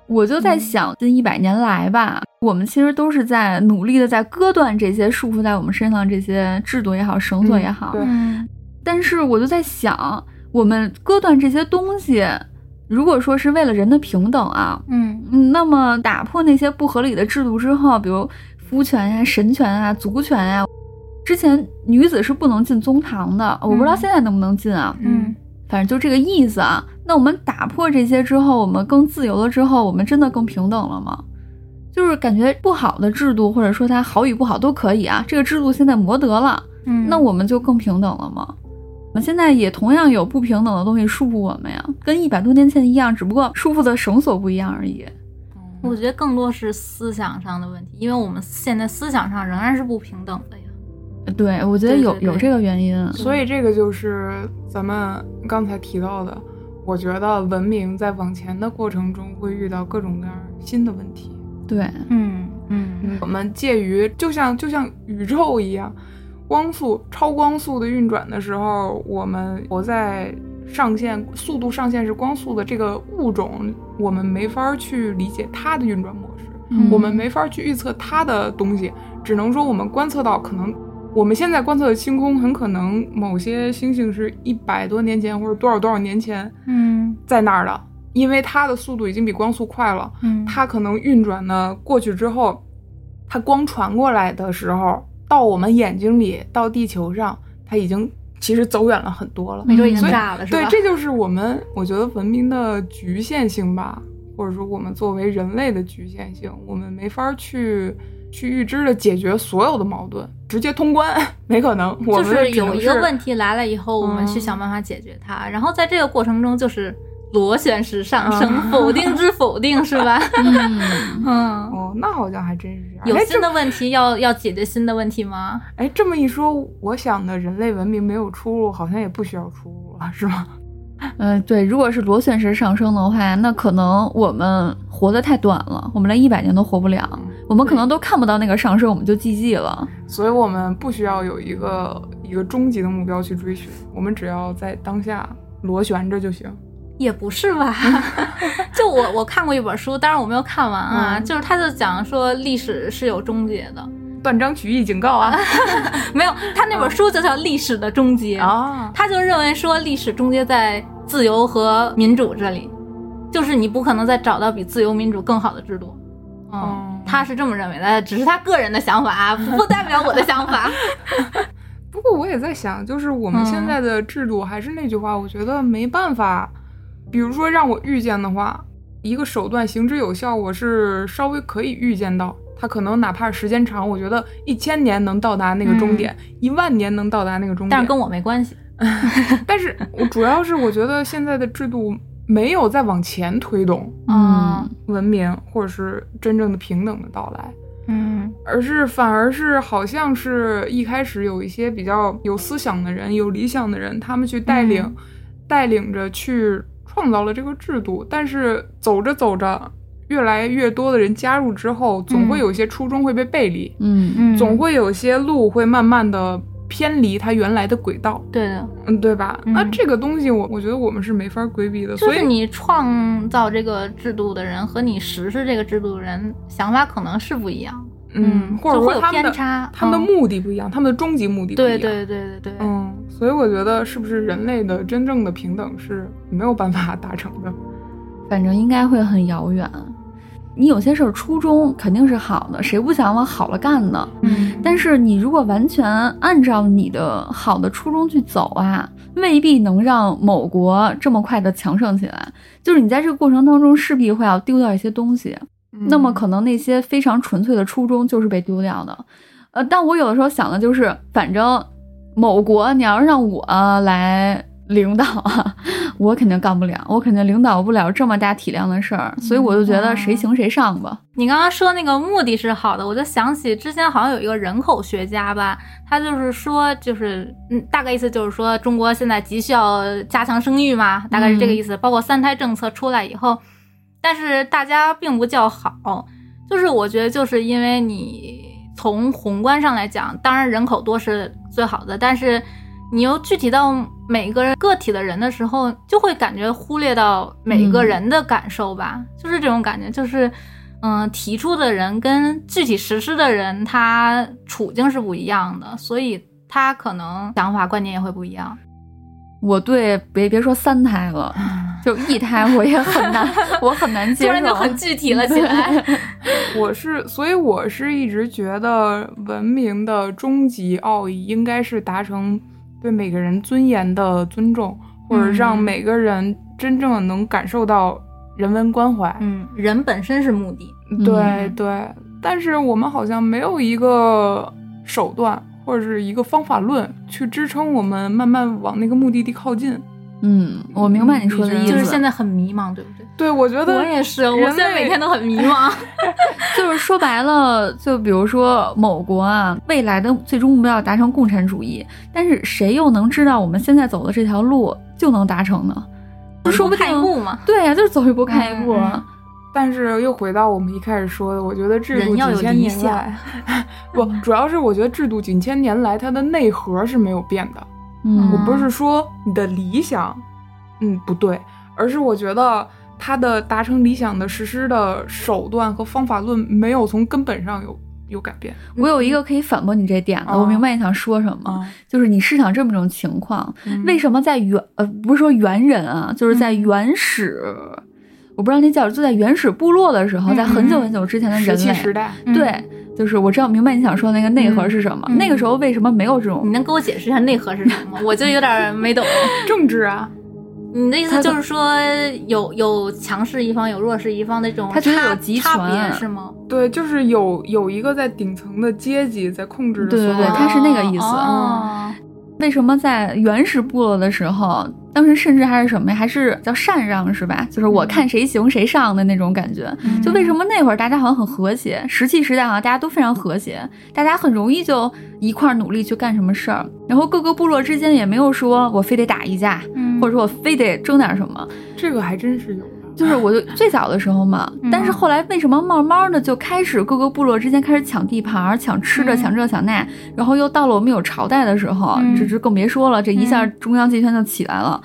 [SPEAKER 2] 我就
[SPEAKER 1] 嗯
[SPEAKER 2] 在想，近一百年来吧，我们其实都是在努力的在割断这些束缚在我们身上这些制度也好、绳索也好。
[SPEAKER 1] 嗯对
[SPEAKER 3] 嗯，
[SPEAKER 2] 但是我就在想，我们割断这些东西，如果说是为了人的平等啊，
[SPEAKER 3] 嗯
[SPEAKER 2] 嗯，那么打破那些不合理的制度之后，比如夫权呀、神权啊、族权呀，之前女子是不能进宗堂的，我不知道
[SPEAKER 3] 嗯
[SPEAKER 2] 现在能不能进啊。
[SPEAKER 3] 嗯
[SPEAKER 2] 反正就这个意思啊。那我们打破这些之后，我们更自由了之后，我们真的更平等了吗？就是感觉不好的制度，或者说它好与不好都可以啊。这个制度现在磨得了，
[SPEAKER 3] 嗯，
[SPEAKER 2] 那我们就更平等了吗？我们现在也同样有不平等的东西束缚我们呀，跟一百多年前一样，只不过束缚的绳索不一样而已。
[SPEAKER 3] 我觉得更多是思想上的问题，因为我们现在思想上仍然是不平等的呀。
[SPEAKER 2] 对，我觉得有
[SPEAKER 3] 对对对
[SPEAKER 2] 有这个原因。
[SPEAKER 1] 所以这个就是咱们刚才提到的，我觉得文明在往前的过程中会遇到各种各样新的问题。
[SPEAKER 2] 对，
[SPEAKER 3] 嗯嗯
[SPEAKER 1] 嗯，我们介于就像就像宇宙一样，光速超光速的运转的时候，我们活在上限速度上限是光速的这个物种，我们没法去理解它的运转模式，
[SPEAKER 2] 嗯
[SPEAKER 1] 我们没法去预测它的东西，只能说我们观测到可能。我们现在观测的星空，很可能某些星星是一百多年前或者多少多少年前
[SPEAKER 3] 嗯
[SPEAKER 1] 在那儿的，因为它的速度已经比光速快了。
[SPEAKER 3] 嗯，
[SPEAKER 1] 它可能运转呢过去之后，它光传过来的时候，到我们眼睛里，到地球上，它已经其实走远了很多了。
[SPEAKER 3] 美洲已经
[SPEAKER 2] 所以
[SPEAKER 3] 炸了是吧？
[SPEAKER 1] 对，这就是我们我觉得文明的局限性吧，或者说我们作为人类的局限性，我们没法去去预知的解决所有的矛盾，直接通关没可能。我
[SPEAKER 3] 就
[SPEAKER 1] 们
[SPEAKER 3] 是
[SPEAKER 1] 只能
[SPEAKER 3] 有一个
[SPEAKER 1] 是
[SPEAKER 3] 问题来了以后，我们去
[SPEAKER 1] 嗯
[SPEAKER 3] 想办法解决它，然后在这个过程中就是螺旋式上升，否定之否定，是 吧？
[SPEAKER 2] 嗯，
[SPEAKER 3] 嗯，
[SPEAKER 1] 哦，那好像还真是这样。
[SPEAKER 3] 有
[SPEAKER 1] 哎，这
[SPEAKER 3] 新的问题要要解决新的问题吗？
[SPEAKER 1] 哎这么一说，我想的人类文明没有出路，好像也不需要出路了，是吗？
[SPEAKER 2] 呃，对，如果是螺旋式上升的话，那可能我们活得太短了，我们连一百年都活不了。
[SPEAKER 3] 嗯
[SPEAKER 2] 我们可能都看不到那个上升，我们就 GG 了。
[SPEAKER 1] 所以我们不需要有一个一个终极的目标去追寻，我们只要在当下螺旋着就行。
[SPEAKER 3] 也不是 吧，就我我看过一本书，当然我没有看完啊，
[SPEAKER 1] 嗯
[SPEAKER 3] 就是他就讲说历史是有终结的，
[SPEAKER 1] 断章取义警告啊！
[SPEAKER 3] 没有，他
[SPEAKER 1] 嗯
[SPEAKER 3] 那本书就叫《历史的终 结》
[SPEAKER 1] 啊，
[SPEAKER 3] 他就认为说历史终结在自由和民主这里，就是你不可能再找到比自由民主更好的制度。嗯，
[SPEAKER 1] 哦
[SPEAKER 3] 他是这么认为的，只是他个人的想 法啊，不代表我的想法。
[SPEAKER 1] 不过我也在想，就是我们现在
[SPEAKER 3] 嗯
[SPEAKER 1] 的制度，还是那句话，我觉得没办法。比如说让我预见的话，一个手段行之有效，我是稍微可以预见到。它可能哪怕时间长，我觉得一千年能到达那个终点，一、万年能到达那个终点。
[SPEAKER 3] 嗯但是跟我没关系。
[SPEAKER 1] 但是我主要是我觉得现在的制度没有再往前推动，
[SPEAKER 3] 嗯
[SPEAKER 1] 文明或者是真正的平等的到来，
[SPEAKER 3] 嗯
[SPEAKER 1] 而是反而是好像是一开始有一些比较有思想的人、有理想的人，他们去带领、
[SPEAKER 3] 嗯
[SPEAKER 1] 带领着去创造了这个制度，但是走着走着。越来越多的人加入之后，总会有一些初衷会被背离，
[SPEAKER 2] 嗯
[SPEAKER 3] 嗯，
[SPEAKER 1] 总会有一些路会慢慢的偏离它原来的轨道，
[SPEAKER 3] 对的，
[SPEAKER 1] 嗯，对吧？那、
[SPEAKER 3] 嗯
[SPEAKER 1] 这个东西我，我觉得我们是没法规避的，
[SPEAKER 3] 就
[SPEAKER 1] 所以
[SPEAKER 3] 是你创造这个制度的人和你实施这个制度的人想法可能是不一样。
[SPEAKER 1] 嗯，或者
[SPEAKER 3] 就
[SPEAKER 1] 说
[SPEAKER 3] 会有
[SPEAKER 1] 他们
[SPEAKER 3] 偏
[SPEAKER 1] 的
[SPEAKER 3] 差，
[SPEAKER 1] 他们
[SPEAKER 3] 嗯
[SPEAKER 1] 的啊目的不一样，他们的终极目的不一
[SPEAKER 3] 对
[SPEAKER 1] 样。
[SPEAKER 3] 对对对对，
[SPEAKER 1] 嗯，所以我觉得是不是人类的真正的平等是没有办法 达成的？
[SPEAKER 2] 反正应该会很遥远。你有些事儿初衷肯定是好的，谁不想往好了干呢？
[SPEAKER 3] 嗯
[SPEAKER 2] 但是你如果完全按照你的好的初衷去走啊，未必能让某国这么快的强盛起来。就是你在这个过程当中，势必会要丢掉一些东西。
[SPEAKER 1] 嗯
[SPEAKER 2] 那么可能那些非常纯粹的初衷就是被丢掉的。呃，但我有的时候想的就是，反正某国你要让我来领导啊， 我肯定干不了，我肯定领导不了这么大体量的事儿，所以我就觉得谁行谁上吧。
[SPEAKER 3] 你刚刚说那个目的是好的，我就想起之前好像有一个人口学家吧，他就是说，就是嗯，大概意思就是说，中国现在急需要加强生育嘛，大概是这个意思。包括三胎政策出来以后，但是大家并不叫好，就是我觉得就是因为你从宏观上来讲，当然人口多是最好的，但是你又具体到每个人个体的人的时候，就会感觉忽略到每个
[SPEAKER 2] 嗯
[SPEAKER 3] 人的感受吧，就是这种感觉，就是。嗯，提出的人跟具体实施的人，他处境是不一样的，所以他可能想法观念也会不一样。
[SPEAKER 2] 我对别别说三胎 了，就一胎我也很难，我很难接
[SPEAKER 3] 突然
[SPEAKER 2] 受。
[SPEAKER 3] 就 很具体了起 来。
[SPEAKER 1] 嗯我是，所以我是一直觉得文明的终极奥义应该是达成对每个人尊严的尊重，或者让
[SPEAKER 3] 嗯
[SPEAKER 1] 每个人真正能感受到人文关怀。
[SPEAKER 3] 嗯，人本身是目的，
[SPEAKER 1] 对
[SPEAKER 3] 嗯
[SPEAKER 1] 对，但是我们好像没有一个手段或者是一个方法论去支撑我们慢慢往那个目的地靠近。
[SPEAKER 2] 嗯，我明白你说的
[SPEAKER 1] 你
[SPEAKER 2] 意
[SPEAKER 1] 觉
[SPEAKER 2] 思，
[SPEAKER 1] 得
[SPEAKER 3] 嗯就是现在很迷茫，对不对？
[SPEAKER 1] 对，我觉得
[SPEAKER 3] 我也是，我
[SPEAKER 1] 人
[SPEAKER 3] 现在
[SPEAKER 1] 类
[SPEAKER 3] 每天都很迷茫。
[SPEAKER 2] 就是说白了，就比如说某国啊，未来的最终目标要达成共产主义，但是谁又能知道我们现在走的这条路就能达成呢？就说不
[SPEAKER 3] 太
[SPEAKER 2] 定。
[SPEAKER 3] 步嘛，
[SPEAKER 2] 对呀、就是走一步看一步。啊
[SPEAKER 3] 嗯嗯
[SPEAKER 1] 但是又回到我们一开始说的，我觉得制度
[SPEAKER 3] 人要有
[SPEAKER 1] 几千
[SPEAKER 3] 理
[SPEAKER 1] 年
[SPEAKER 3] 想
[SPEAKER 1] 来，不，主要是我觉得制度几千年来它的内核是没有变的。
[SPEAKER 2] 嗯，
[SPEAKER 1] 我不是说你的理想，嗯，不对，而是我觉得它的达成理想的实施的手段和方法论没有从根本上有有改变
[SPEAKER 2] 我有一个可以反驳你这点的，
[SPEAKER 3] 啊
[SPEAKER 1] 哦
[SPEAKER 2] 我明白你想说什
[SPEAKER 3] 嗯
[SPEAKER 2] 么，
[SPEAKER 1] 啊。
[SPEAKER 2] 就是你试想这么种情况，为
[SPEAKER 1] 么？
[SPEAKER 2] 什么在原呃不是说猿人啊，就是
[SPEAKER 1] 嗯
[SPEAKER 2] 在原始，我不知道那叫就在原始部落的时候，
[SPEAKER 1] 嗯
[SPEAKER 2] 在很久很久之前的人
[SPEAKER 1] 石器
[SPEAKER 2] 类，
[SPEAKER 1] 时 代，嗯
[SPEAKER 2] 对，就是我知道明白你想说的那个内核是什么。
[SPEAKER 3] 嗯嗯
[SPEAKER 2] 那个时候为什么没有这
[SPEAKER 3] 你
[SPEAKER 1] 嗯
[SPEAKER 2] 种？
[SPEAKER 3] 能给我解释一下内核是什么吗？我就有点 没懂。
[SPEAKER 1] 政治啊，
[SPEAKER 3] 你的意
[SPEAKER 2] 他
[SPEAKER 3] 思就是说有有强势一方，有弱势一方的这种
[SPEAKER 2] 他觉得有
[SPEAKER 3] 差
[SPEAKER 2] 集
[SPEAKER 3] 差
[SPEAKER 2] 权
[SPEAKER 3] 别是吗？
[SPEAKER 1] 对，就是有有一个在顶层的阶级在控制着
[SPEAKER 2] 对
[SPEAKER 1] 所有
[SPEAKER 2] 对对
[SPEAKER 1] 人。
[SPEAKER 2] 他是那个意思
[SPEAKER 3] 哦
[SPEAKER 2] 为什么在原始部落的时候，当时甚至还是什么呀，还是叫禅让是吧？就是
[SPEAKER 1] 嗯
[SPEAKER 2] 我看谁行谁上的那种感觉。
[SPEAKER 3] 嗯
[SPEAKER 2] 就为什么那会儿大家好像很和谐，石器时代好像大家都非常和谐，大家很容易就一块儿努力去干什么事儿，然后各个部落之间也没有说我非得打一架，
[SPEAKER 3] 嗯
[SPEAKER 2] 或者说我非得争点什么，
[SPEAKER 1] 这个还真是有的。
[SPEAKER 2] 就是我就最早的时候嘛，
[SPEAKER 3] 啊嗯
[SPEAKER 2] 但是后来为什么慢慢的就开始各个部落之间开始抢地盘儿、抢吃的、
[SPEAKER 3] 嗯
[SPEAKER 2] 抢这抢那，然后又到了我们有朝代的时候，
[SPEAKER 3] 嗯
[SPEAKER 2] 这这更别说了，这一下
[SPEAKER 3] 嗯
[SPEAKER 2] 中央集权就起来了，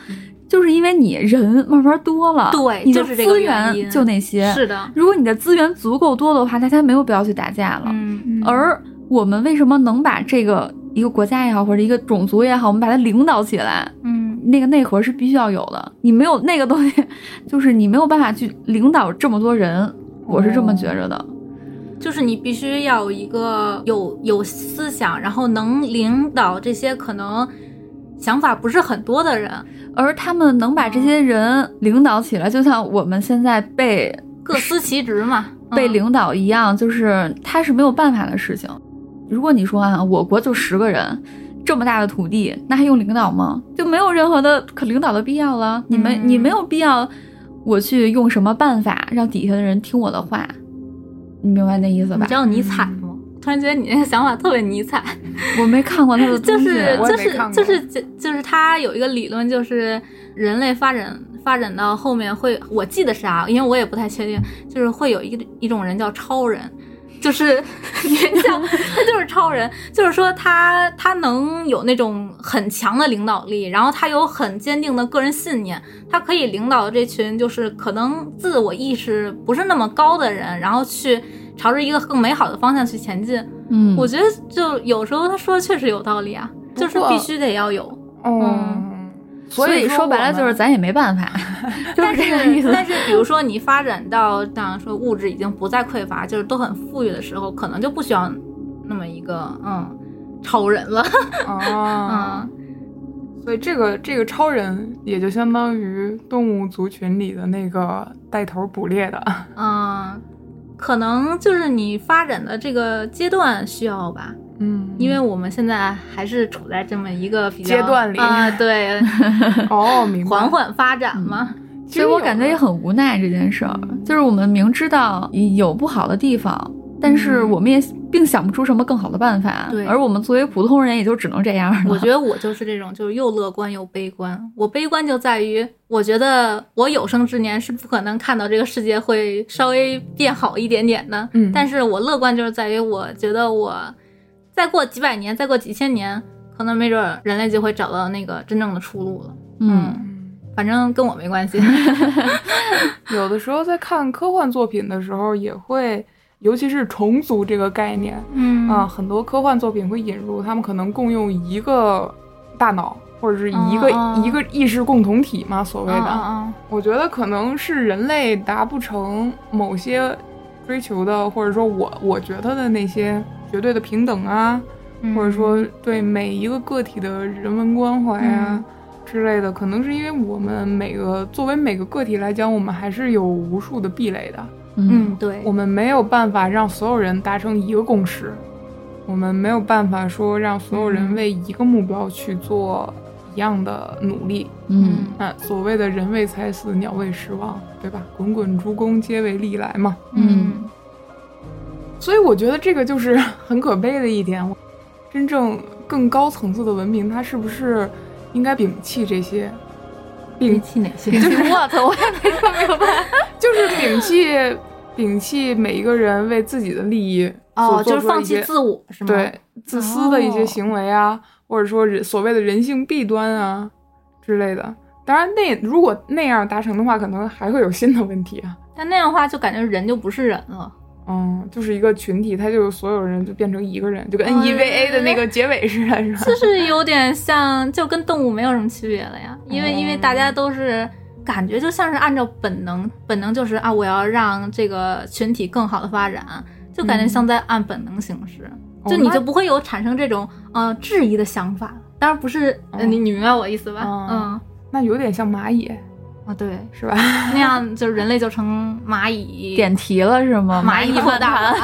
[SPEAKER 2] 就是因为你人慢慢多了，
[SPEAKER 3] 对
[SPEAKER 2] 你的
[SPEAKER 3] 就是这个
[SPEAKER 2] 资
[SPEAKER 3] 原因
[SPEAKER 2] 源就那些，
[SPEAKER 3] 是的，
[SPEAKER 2] 如果你的资源足够多的话，大家没有必要去打架了。
[SPEAKER 3] 嗯
[SPEAKER 1] 嗯
[SPEAKER 2] 而我们为什么能把这个一个国家也好，或者一个种族也好，我们把它领导起来，
[SPEAKER 3] 嗯
[SPEAKER 2] 那个内核是必须要有的。你没有那个东西，就是你没有办法去领导这么多人。我是这么觉着
[SPEAKER 3] 哦
[SPEAKER 2] 的。
[SPEAKER 3] 就是你必须要有一个有有思想，然后能领导这些可能想法不是很多的人，
[SPEAKER 2] 而他们能把这些人领导起来，就像我们现在被
[SPEAKER 3] 各司其职嘛。
[SPEAKER 2] 被
[SPEAKER 3] 嗯
[SPEAKER 2] 领导一样，就是他是没有办法的事情。如果你说啊，我国就十个人，这么大的土地，那还用领导吗？就没有任何的可领导的必要了。你们、你
[SPEAKER 3] 嗯
[SPEAKER 2] 没有必要，我去用什么办法让底下的人听我的话？你明白那意思
[SPEAKER 3] 你
[SPEAKER 2] 吧
[SPEAKER 3] 知？道尼采吗？突然觉得你那个想法特别尼采，
[SPEAKER 2] 我没看过他 的
[SPEAKER 3] 就
[SPEAKER 2] 东西，啊
[SPEAKER 3] 是
[SPEAKER 1] 我
[SPEAKER 3] 就
[SPEAKER 1] 也没
[SPEAKER 3] 是
[SPEAKER 1] 看
[SPEAKER 3] 就
[SPEAKER 1] 过
[SPEAKER 3] 是就就是他有一个理论，就是人类发展发展到后面会，我记得是啊，因为我也不太确定，就是会有一个一种人叫超人。就是 原像他就是超人，就是说他他能有那种很强的领导力，然后他有很坚定的个人信念，他可以领导这群就是可能自我意识不是那么高的人，然后去朝着一个更美好的方向去前进。
[SPEAKER 2] 嗯，
[SPEAKER 3] 我觉得就有时候他说的确实有道理啊，
[SPEAKER 1] 不
[SPEAKER 3] 就是
[SPEAKER 1] 过
[SPEAKER 3] 必须得要有。
[SPEAKER 1] 嗯，
[SPEAKER 2] 所以说白了就是
[SPEAKER 1] 咱。
[SPEAKER 2] 咱也没办 法，就是
[SPEAKER 3] 但
[SPEAKER 2] 这个意
[SPEAKER 3] 是
[SPEAKER 2] 思。
[SPEAKER 3] 但是，比如说你发展到像说物质已经不再匮乏，就是都很富裕的时候，可能就不需要那么一个嗯超人了。
[SPEAKER 1] 哦，
[SPEAKER 3] 嗯，
[SPEAKER 1] 所以这个这个超人也就相当于动物族群里的那个带头捕猎的，
[SPEAKER 3] 嗯，可能就是你发展的这个阶段需要吧，
[SPEAKER 1] 嗯，
[SPEAKER 3] 因为我们现在还是处在这么一个比较
[SPEAKER 1] 阶段里
[SPEAKER 3] 啊、对，
[SPEAKER 1] 哦，明白。
[SPEAKER 3] 缓缓发展嘛。
[SPEAKER 1] 其
[SPEAKER 2] 所以
[SPEAKER 1] 实
[SPEAKER 2] 我
[SPEAKER 1] 有
[SPEAKER 2] 感觉也很无奈这件事儿，就是我们明知道有不好的地方，但是我们也并想不出什么更好的办法。
[SPEAKER 3] 对
[SPEAKER 2] 而我们作为普通人，也就只能这样了。
[SPEAKER 3] 我觉得我就是这种，就是又乐观又悲观。我悲观就在于，我觉得我有生之年是不可能看到这个世界会稍微变好一点点的。
[SPEAKER 1] 嗯
[SPEAKER 3] 但是我乐观就是在于，我觉得我再过几百年，再过几千年，可能没准儿人类就会找到那个真正的出路了。
[SPEAKER 2] 嗯，
[SPEAKER 3] 反正跟我没 关系。
[SPEAKER 1] 有的时候在看科幻作品的时候，也会，尤其是虫族这个概念
[SPEAKER 3] 嗯
[SPEAKER 1] 啊，很多科幻作品会引入，他们可能共用一个大脑，或者是一个、
[SPEAKER 3] 哦哦
[SPEAKER 1] 一个意识共同体嘛，所谓
[SPEAKER 3] 嗯
[SPEAKER 1] 的。
[SPEAKER 3] 嗯
[SPEAKER 1] 我觉得可能是人类达不成某些追求的，或者说我我觉得的那些绝对的平等啊，
[SPEAKER 3] 嗯，
[SPEAKER 1] 或者说对每一个个体的人文关怀啊
[SPEAKER 3] 嗯
[SPEAKER 1] 之类的，可能是因为我们每个作为每个个体来讲，我们还是有无数的壁垒的，
[SPEAKER 3] 嗯，对
[SPEAKER 1] 我，们没有办法让所有人达成一个共识，我们没有办法说让所有人
[SPEAKER 3] 嗯
[SPEAKER 1] 为一个目标去做一样的努力。
[SPEAKER 2] 嗯
[SPEAKER 1] 那所谓的人为财死，鸟为食亡，对吧？滚滚诸公皆为利来嘛。
[SPEAKER 3] 嗯
[SPEAKER 1] 所以我觉得这个就是很可悲的一点。真正更高层次的文明，它是不是应该摒弃这些？摒
[SPEAKER 3] 弃哪些？
[SPEAKER 2] 嗯我操，我也没说明白。
[SPEAKER 1] 就是摒弃，摒弃每一个人为自己的利益
[SPEAKER 3] 哦，
[SPEAKER 1] 所做
[SPEAKER 3] 就是
[SPEAKER 1] 出
[SPEAKER 3] 放
[SPEAKER 1] 的一
[SPEAKER 3] 弃
[SPEAKER 1] 些
[SPEAKER 3] 自我是吗？
[SPEAKER 1] 对自私的一些
[SPEAKER 2] 哦
[SPEAKER 1] 行为啊，或者说人所谓的人性弊端啊之类的。当然那，如果那样达成的话，可能还会有新的问题啊。
[SPEAKER 3] 但那样的话，就感觉人就不是人了。
[SPEAKER 1] 嗯，就是一个群体，他就所有人就变成一个人，就跟
[SPEAKER 3] 哦
[SPEAKER 1] N E V A 的那个结尾似的， 是吧？
[SPEAKER 3] 就是有点像，就跟动物没有什么区别 了呀，因为
[SPEAKER 1] 嗯
[SPEAKER 3] 因为大家都是感觉就像是按照本能，本能就是啊，我要让这个群体更好的发展，就感觉像在按本能行事，
[SPEAKER 1] 哦
[SPEAKER 3] 就你
[SPEAKER 1] 那
[SPEAKER 3] 就不会有产生这种呃质疑的想法。当然不是，呃
[SPEAKER 1] 哦
[SPEAKER 3] 你你明白我意思吧？
[SPEAKER 1] 哦
[SPEAKER 3] 嗯，
[SPEAKER 1] 那有点像蚂蚁，
[SPEAKER 3] 啊对，
[SPEAKER 1] 是吧？
[SPEAKER 3] 那样就是人类就成蚂蚁，
[SPEAKER 2] 点题了是吗？
[SPEAKER 3] 蚂蚁破蛋 了。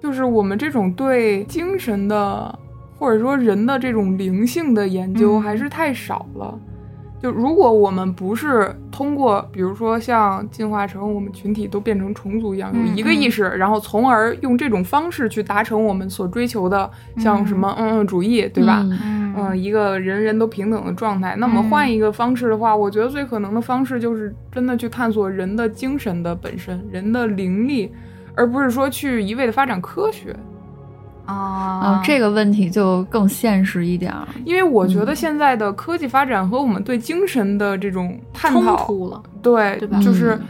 [SPEAKER 1] 就是我们这种对精神的，或者说人的这种灵性的研究
[SPEAKER 3] 嗯
[SPEAKER 1] 还是太少了。就如果我们不是通过，比如说像进化成我们群体都变成虫族一样，有
[SPEAKER 3] 嗯
[SPEAKER 1] 一个意识，然后从而用这种方式去达成我们所追求的，像什么嗯嗯主义，对吧？
[SPEAKER 2] 嗯
[SPEAKER 3] 嗯
[SPEAKER 1] 嗯，一个人人都平等的状态。那么
[SPEAKER 3] 嗯
[SPEAKER 1] 换一个方式的话，我觉得最可能的方式就是真的去探索人的精神的本身，人的灵力，而不是说去一味的发展科学。
[SPEAKER 2] 哦，，
[SPEAKER 3] 啊
[SPEAKER 2] 这个问题就更现实一点儿。
[SPEAKER 1] 因为我觉得
[SPEAKER 2] 嗯
[SPEAKER 1] 现在的科技发展和我们对精神的这种探
[SPEAKER 3] 冲
[SPEAKER 1] 讨，
[SPEAKER 3] 突了。
[SPEAKER 1] 对，
[SPEAKER 3] 对吧
[SPEAKER 1] 就是。
[SPEAKER 2] 嗯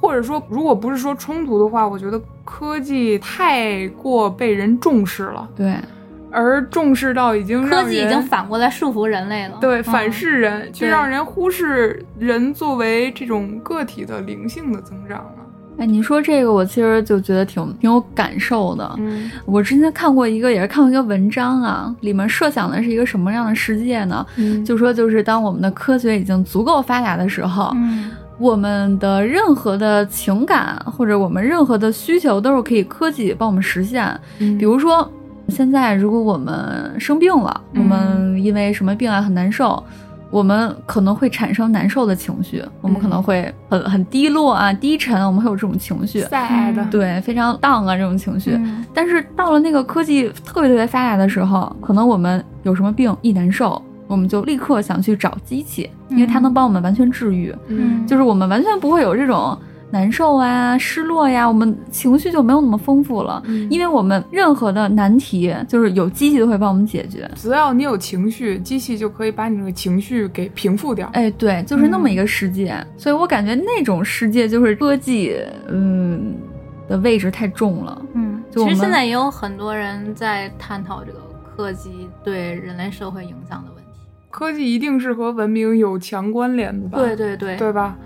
[SPEAKER 1] 或者说，如果不是说冲突的话，我觉得科技太过被人重视了，
[SPEAKER 2] 对，
[SPEAKER 1] 而重视到已经让
[SPEAKER 3] 科技已
[SPEAKER 1] 人
[SPEAKER 3] 经反过来束缚人类了，
[SPEAKER 1] 对，
[SPEAKER 3] 嗯
[SPEAKER 1] 反噬人，却
[SPEAKER 3] 对
[SPEAKER 1] 让人忽视人作为这种个体的灵性的增长了。
[SPEAKER 2] 哎，你说这个，我其实就觉得挺挺有感受的。
[SPEAKER 1] 嗯
[SPEAKER 2] 我之前看过一个，也是看过一个文章啊，里面设想的是一个什么样的世界呢？
[SPEAKER 1] 嗯
[SPEAKER 2] 就说就是当我们的科学已经足够发达的时候，
[SPEAKER 3] 嗯
[SPEAKER 2] 我们的任何的情感或者我们任何的需求都是可以科技帮我们实现。比如说，现在如果我们生病了，
[SPEAKER 1] 嗯
[SPEAKER 2] 我们因为什么病啊很难受。我们可能会产生难受的情绪，我们可能会很很低落啊、低沉，我们会有这种情绪，
[SPEAKER 1] 晒的，
[SPEAKER 2] 对，非常 down 啊这种情绪。
[SPEAKER 3] 嗯
[SPEAKER 2] 但是到了那个科技特别特别发达的时候，可能我们有什么病一难受，我们就立刻想去找机器，因为它能帮我们完全治愈，
[SPEAKER 1] 嗯
[SPEAKER 2] 就是我们完全不会有这种难受啊、失落呀、我们情绪就没有那么丰富了。
[SPEAKER 1] 嗯
[SPEAKER 2] 因为我们任何的难题，就是有机器都会帮我们解决。
[SPEAKER 1] 只要你有情绪，机器就可以把你这个情绪给平复掉。
[SPEAKER 2] 哎，对，就是那么一个世界，所以我感觉那种世界就是科技，嗯，的位置太重了。
[SPEAKER 3] 嗯，
[SPEAKER 2] 就我
[SPEAKER 3] 其实
[SPEAKER 2] 们
[SPEAKER 3] 现在也有很多人在探讨这个科技对人类社会影响的问题。
[SPEAKER 1] 科技一定是和文明有强关联的吧？
[SPEAKER 3] 对对对，
[SPEAKER 1] 对吧？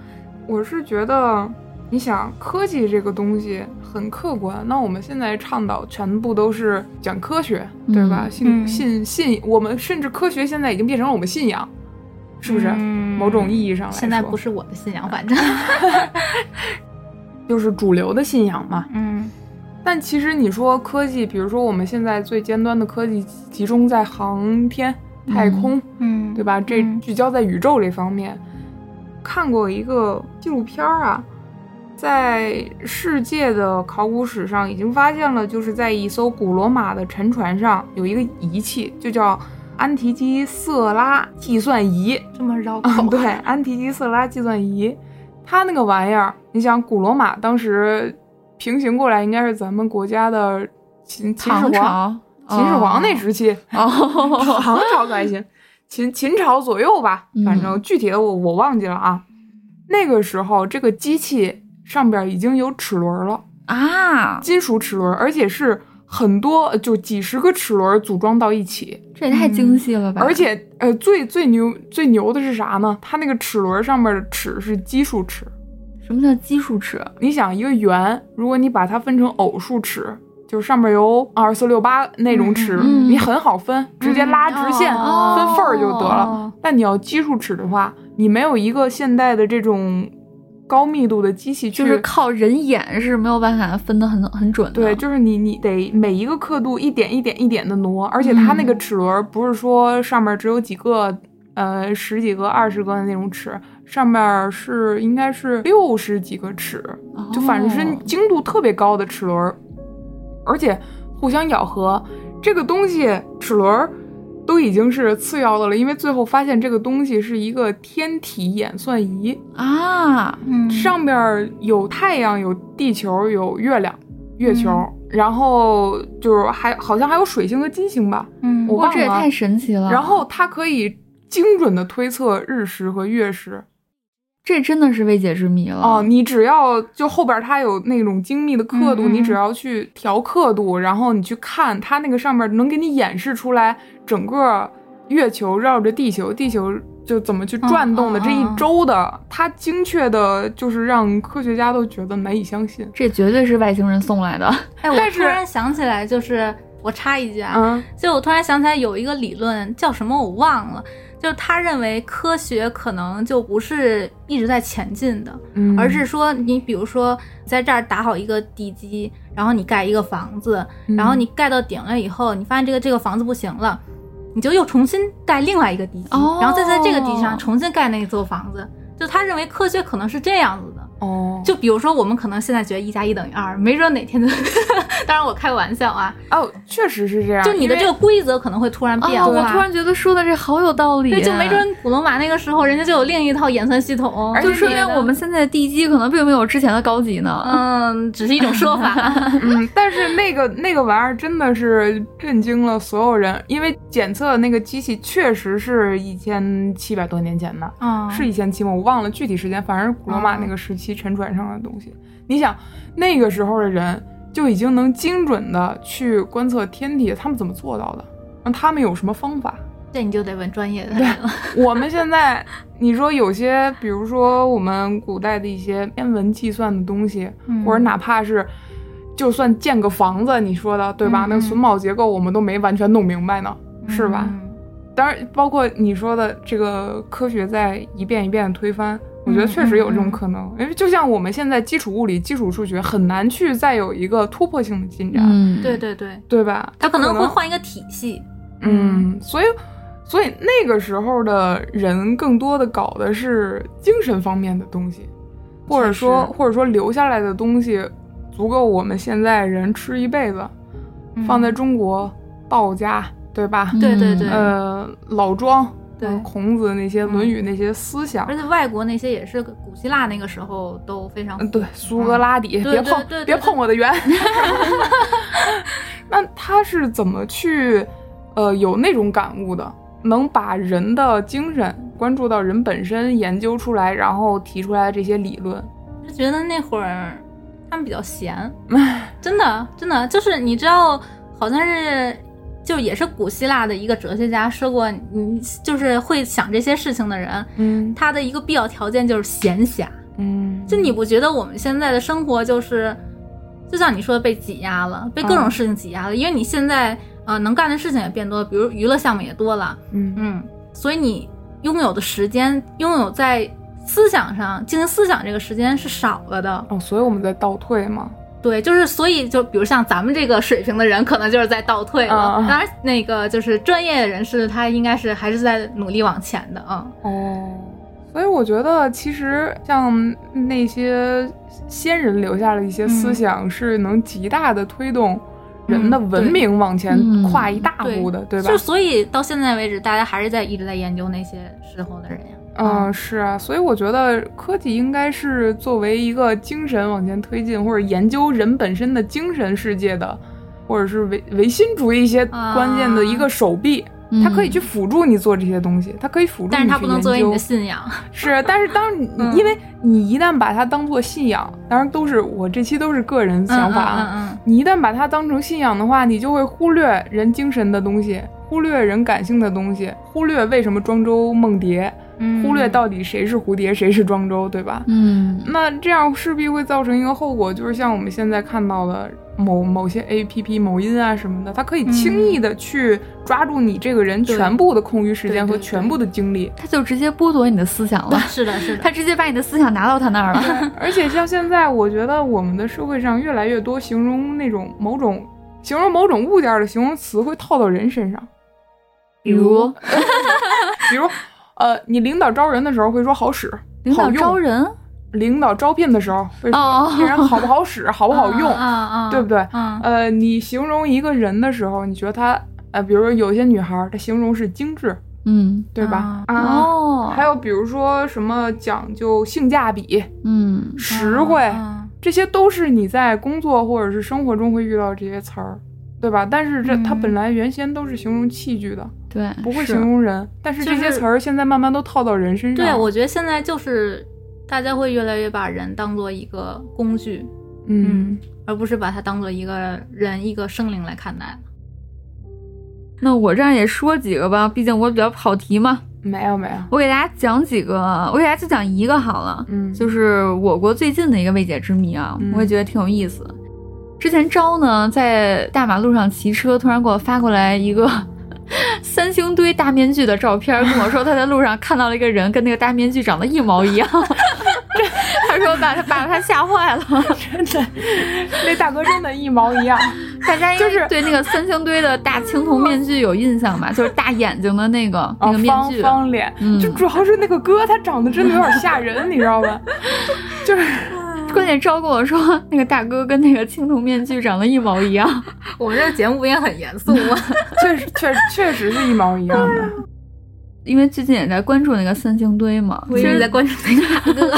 [SPEAKER 1] 我是觉得，你想科技这个东西很客观，那我们现在倡导全部都是讲科学，对吧？
[SPEAKER 2] 嗯
[SPEAKER 1] 信、
[SPEAKER 3] 嗯
[SPEAKER 1] 信信，我们甚至科学现在已经变成了我们信仰，是不是？
[SPEAKER 3] 嗯
[SPEAKER 1] 某种意义上来说，
[SPEAKER 3] 现在不是我的信仰，反正
[SPEAKER 1] 就是主流的信仰嘛。
[SPEAKER 3] 嗯
[SPEAKER 1] 但其实你说科技，比如说我们现在最尖端的科技集中在航天、太空，
[SPEAKER 3] 嗯，
[SPEAKER 1] 对吧？这
[SPEAKER 3] 嗯
[SPEAKER 1] 聚焦在宇宙这方面。看过一个纪录片儿啊，在世界的考古史上已经发现了，就是在一艘古罗马的沉船上有一个仪器，就叫安提基瑟拉计算仪。
[SPEAKER 3] 这么绕口，
[SPEAKER 1] 嗯，对，
[SPEAKER 2] 哦
[SPEAKER 1] 安提基瑟拉计算仪，它那个玩意儿，你想古罗马当时平行过来，应该是咱们国家的秦秦始
[SPEAKER 2] 唐
[SPEAKER 1] 皇，
[SPEAKER 2] 朝，
[SPEAKER 1] 秦始皇那
[SPEAKER 2] 时
[SPEAKER 1] 时期，
[SPEAKER 2] 哦，
[SPEAKER 1] 唐朝可还行，秦秦朝左右吧，反正具体的我我忘记了啊。那个时候，这个机器上边已经有齿轮了，
[SPEAKER 2] 啊，
[SPEAKER 1] 金属齿轮，而且是很多，就几十个齿轮组装到一起。
[SPEAKER 2] 这也太精细了吧！
[SPEAKER 1] 嗯而且呃，最最牛最牛的是啥呢？它那个齿轮上面的齿是奇数齿。
[SPEAKER 2] 什么叫基数尺？
[SPEAKER 1] 你想一个圆，如果你把它分成偶数尺，就是上面有二四六八那种尺，
[SPEAKER 2] 嗯嗯
[SPEAKER 1] 你很好分，直接拉直线、
[SPEAKER 3] 哦
[SPEAKER 1] 分份儿就得了。
[SPEAKER 3] 哦
[SPEAKER 1] 但你要奇数尺的话，你没有一个现代的这种高密度的机器去，
[SPEAKER 2] 就是靠人眼是没有办法分得很很准的。
[SPEAKER 1] 对，就是你你得每一个刻度一点一点一点的挪，而且它那个
[SPEAKER 2] 嗯
[SPEAKER 1] 齿轮不是说上面只有几个，呃，十几个、二十个的那种齿，上面是应该是六十几个齿，
[SPEAKER 2] 哦
[SPEAKER 1] 就反正是精度特别高的齿轮，而且互相咬合。这个东西齿轮都已经是次要的了，因为最后发现这个东西是一个天体演算仪，
[SPEAKER 2] 啊，
[SPEAKER 3] 嗯，
[SPEAKER 1] 上面有太阳、有地球、有月亮、月球，
[SPEAKER 3] 嗯
[SPEAKER 1] 然后就是还好像还有水星和金星吧。
[SPEAKER 3] 嗯
[SPEAKER 1] 我
[SPEAKER 2] 哇，
[SPEAKER 1] 忘
[SPEAKER 2] 这也
[SPEAKER 1] 了
[SPEAKER 2] 太神奇了！
[SPEAKER 1] 然后它可以精准的推测日食和月食。
[SPEAKER 2] 这真的是未解之
[SPEAKER 3] 嗯
[SPEAKER 2] 谜了。
[SPEAKER 1] 哦，你只要就后边它有那种精密的刻度，
[SPEAKER 3] 嗯嗯
[SPEAKER 1] 你只要去调刻度，然后你去看它那个上面能给你演示出来整个月球绕着地球，地球就怎么去转动的
[SPEAKER 3] 嗯嗯
[SPEAKER 1] 这一
[SPEAKER 3] 嗯嗯
[SPEAKER 1] 周的，它精确的，就是让科学家都觉得难以相信。
[SPEAKER 2] 这绝对是外星人送 来的。
[SPEAKER 3] 哎，我
[SPEAKER 1] 但是
[SPEAKER 3] 突然想起来，就是我插一句啊，
[SPEAKER 1] 嗯
[SPEAKER 3] 就我突然想起来有一个理论叫什么我忘了，就是他认为科学可能就不是一直在前进的，
[SPEAKER 1] 嗯，
[SPEAKER 3] 而是说你比如说在这儿打好一个地基，然后你盖一个房子，
[SPEAKER 1] 嗯
[SPEAKER 3] 然后你盖到顶了以后，你发现这个这个房子不行了。你就又重新盖另外一个地基，
[SPEAKER 2] 哦
[SPEAKER 3] 然后再在这个地基上重新盖那座房子。就他认为科学可能是这样子的，
[SPEAKER 1] 哦，
[SPEAKER 3] 就比如说，我们可能现在觉得一加一等于二，没准哪天就， 当然我开玩笑啊，
[SPEAKER 1] 哦，确实是这样。
[SPEAKER 3] 就你的
[SPEAKER 1] 因
[SPEAKER 3] 这
[SPEAKER 1] 为
[SPEAKER 3] 个规则可能会突然变
[SPEAKER 2] 啊，
[SPEAKER 3] 化。
[SPEAKER 2] 我突然觉得说的这好有道理。啊
[SPEAKER 3] 对，就没准古罗马那个时候，人家就有另一套演算系统，
[SPEAKER 1] 而且
[SPEAKER 2] 就
[SPEAKER 3] 就
[SPEAKER 2] 说明我们现在的地基可能并没有之前的高级呢。
[SPEAKER 3] 嗯，只是一种说法。
[SPEAKER 1] 嗯，但是那个那个玩意儿真的是震惊了所有人，因为检测的那个机器确实是一千七百多年前的，
[SPEAKER 3] 嗯，
[SPEAKER 1] 是一千七吗？我忘了具体时间，反正古罗马那个时期沉船上的东西。你想，那个时候的人就已经能精准的去观测天体，他们怎么做到的？那他们有什么方法？
[SPEAKER 3] 这你就得问专业的人了。
[SPEAKER 1] 我们现在，你说有些，比如说我们古代的一些天文计算的东西，
[SPEAKER 3] 嗯
[SPEAKER 1] 或者哪怕是就算建个房子，你说的对吧？
[SPEAKER 3] 嗯
[SPEAKER 1] 那个榫卯结构我们都没完全弄明白呢，是吧？
[SPEAKER 3] 嗯
[SPEAKER 1] 当然，包括你说的这个科学在一遍一遍的推翻，我
[SPEAKER 3] 嗯
[SPEAKER 1] 觉得确实有这种可能，因为就像我们现在基础物理、基础数学很难去再有一个突破性的进展，
[SPEAKER 2] 嗯，
[SPEAKER 3] 对对对，
[SPEAKER 1] 对吧？
[SPEAKER 3] 他可
[SPEAKER 1] 能
[SPEAKER 3] 能会换一个体系。
[SPEAKER 1] 嗯，所以，所以那个时候的人更多的搞的是精神方面的东西，或者说，
[SPEAKER 3] 确实
[SPEAKER 1] 或者说留下来的东西足够我们现在人吃一辈子。
[SPEAKER 3] 嗯
[SPEAKER 1] 放在中国，道家对吧？
[SPEAKER 2] 嗯
[SPEAKER 3] 对对对，
[SPEAKER 1] 呃，老庄，
[SPEAKER 3] 对
[SPEAKER 1] 呃孔子那些《
[SPEAKER 3] 嗯
[SPEAKER 1] 论语》那些思想
[SPEAKER 3] 而，且外国那些也是古希腊那个时候都非常
[SPEAKER 1] 嗯，对，苏格拉底，
[SPEAKER 3] 对
[SPEAKER 1] 别
[SPEAKER 3] 对
[SPEAKER 1] 碰
[SPEAKER 3] 对对，
[SPEAKER 1] 别
[SPEAKER 3] 对
[SPEAKER 1] 碰我的圆。 那他是怎么去，呃，有那种感悟的？能把人的精神关注到人本身，研究出来，然后提出来这些理论。
[SPEAKER 3] 就觉得那会儿他们比较闲，真的真的就是你知道，好像是就也是古希腊的一个哲学家说过，你就是会想这些事情的人，
[SPEAKER 1] 嗯
[SPEAKER 3] 他的一个必要条件就是闲暇。
[SPEAKER 1] 嗯，
[SPEAKER 3] 就你不觉得我们现在的生活就是，就像你说的被挤压了，被各种
[SPEAKER 1] 嗯
[SPEAKER 3] 事情挤压了，因为你现在呃能干的事情也变多了，比如娱乐项目也多了，
[SPEAKER 1] 嗯
[SPEAKER 3] 嗯，所以你拥有的时间，拥有在思想上进行思想这个时间是少了的。
[SPEAKER 1] 哦，所以我们在倒退嘛。
[SPEAKER 3] 对，就是所以就比如像咱们这个水平的人，可能就是在倒退了。
[SPEAKER 1] 啊
[SPEAKER 3] 当然，那个就是专业人士，他应该是还是在努力往前的啊。
[SPEAKER 1] 哦，所以我觉得其实像那些先人留下的一些
[SPEAKER 3] 嗯
[SPEAKER 1] 思想，是能极大的推动人的文明往前
[SPEAKER 2] 嗯对
[SPEAKER 1] 跨一大步的，对吧
[SPEAKER 3] 就？所以到现在为止，大家还是在一直在研究那些时候的人呀。
[SPEAKER 1] 嗯，是啊，所以我觉得科技应该是作为一个精神往前推进，或者研究人本身的精神世界的，或者是唯唯心主义一些
[SPEAKER 3] 啊
[SPEAKER 1] 关键的一个手臂，
[SPEAKER 2] 嗯
[SPEAKER 1] 它可以去辅助你做这些东西，它可以辅助你去
[SPEAKER 3] 但
[SPEAKER 1] 研究。
[SPEAKER 3] 是它不能作为 你的信仰。
[SPEAKER 1] 是，啊但是 当你、
[SPEAKER 3] 嗯
[SPEAKER 1] 因为你一旦把它当做信仰，当然都是我这期都是个人想法啊。
[SPEAKER 3] 嗯嗯嗯
[SPEAKER 1] 你一旦把它当成信仰的话，你就会忽略人精神的东西，忽略人感性的东西，忽略为什么庄周梦蝶，
[SPEAKER 3] 嗯，
[SPEAKER 1] 忽略到底谁是蝴蝶，谁是庄周，对吧？
[SPEAKER 2] 嗯
[SPEAKER 1] 那这样势必会造成一个后果，就是像我们现在看到的某某些 A P P、某音啊什么的，它可以轻易的去抓住你这个人
[SPEAKER 3] 嗯对
[SPEAKER 1] 全部的空余时间
[SPEAKER 3] 对
[SPEAKER 1] 和
[SPEAKER 3] 对对
[SPEAKER 1] 全部的精 力。
[SPEAKER 2] 他就直接剥夺你的思想了，
[SPEAKER 3] 嗯是的，是的，
[SPEAKER 2] 他直接把你的思想拿到他那儿 了。
[SPEAKER 1] 而且像现在，我觉得我们的社会上越来越多形容那种某种形容某种物件儿的形容词会套到人身上，
[SPEAKER 2] 比如
[SPEAKER 1] 比如，呃，你领导招人的时候会说好使，
[SPEAKER 2] 领
[SPEAKER 1] 好
[SPEAKER 2] 导
[SPEAKER 1] 用
[SPEAKER 2] 招人
[SPEAKER 1] 领导招聘的时候会说
[SPEAKER 2] 哦
[SPEAKER 1] 这人好不好使，好不好用，
[SPEAKER 3] 啊啊，
[SPEAKER 1] 对不对？
[SPEAKER 3] 嗯，
[SPEAKER 1] 呃，你形容一个人的时候，你觉得他，呃，比如说有些女孩儿，她形容是精致，
[SPEAKER 2] 嗯
[SPEAKER 1] 对吧？啊。
[SPEAKER 2] 哦，
[SPEAKER 1] 还有比如说什么讲究性价比、
[SPEAKER 2] 嗯
[SPEAKER 1] 实惠，
[SPEAKER 3] 嗯
[SPEAKER 1] 这些都是你在工作或者是生活中会遇到这些词儿，对吧？但是这、它
[SPEAKER 3] 嗯
[SPEAKER 1] 本来原先都是形容器具的，
[SPEAKER 2] 对，
[SPEAKER 1] 不会
[SPEAKER 2] 是
[SPEAKER 1] 形容人。但是
[SPEAKER 3] 就
[SPEAKER 1] 这些
[SPEAKER 3] 是
[SPEAKER 1] 词儿现在慢慢都套到人身上。
[SPEAKER 3] 对，我觉得现在就是大家会越来越把人当做一个工具，
[SPEAKER 1] 嗯，
[SPEAKER 3] 而不是把它当做一个人、一个生灵来看待。
[SPEAKER 2] 那我这样也说几个吧，毕竟我比较跑题嘛。
[SPEAKER 1] 没有没有，
[SPEAKER 2] 我给大家讲几个，我给大家就讲一个好了，
[SPEAKER 1] 嗯，
[SPEAKER 2] 就是我国最近的一个未解之谜啊
[SPEAKER 1] 嗯，
[SPEAKER 2] 我也觉得挺有意思。之前招呢在大马路上骑车，突然给我发过来一个 三星堆大面具的照片，跟我说他在路上看到了一个人，跟那个大面具长得一毛一样。 他说把他把他吓坏了，
[SPEAKER 1] 真的， 那大哥真的一毛一样。
[SPEAKER 2] 大家应
[SPEAKER 1] 就
[SPEAKER 2] 该
[SPEAKER 1] 是
[SPEAKER 2] 对那个三星堆的大青铜面具有印象吧？就是大眼睛的那个那
[SPEAKER 1] 啊
[SPEAKER 2] 个，面
[SPEAKER 1] 方
[SPEAKER 2] 具，
[SPEAKER 1] 方脸，
[SPEAKER 2] 嗯
[SPEAKER 1] 就主要是那个哥，他长得真的有点吓人，你知道吧？ 就是
[SPEAKER 2] 关键招跟我说，那个大哥跟那个青铜面具长得一毛一样。
[SPEAKER 3] 我们这节目不也很严肃 吗？
[SPEAKER 1] 确实确确实是一毛一样的。
[SPEAKER 2] 因为最近也在关注那个三星堆嘛，
[SPEAKER 3] 我
[SPEAKER 2] 其
[SPEAKER 3] 一直在
[SPEAKER 2] 实
[SPEAKER 3] 关注那个 大哥。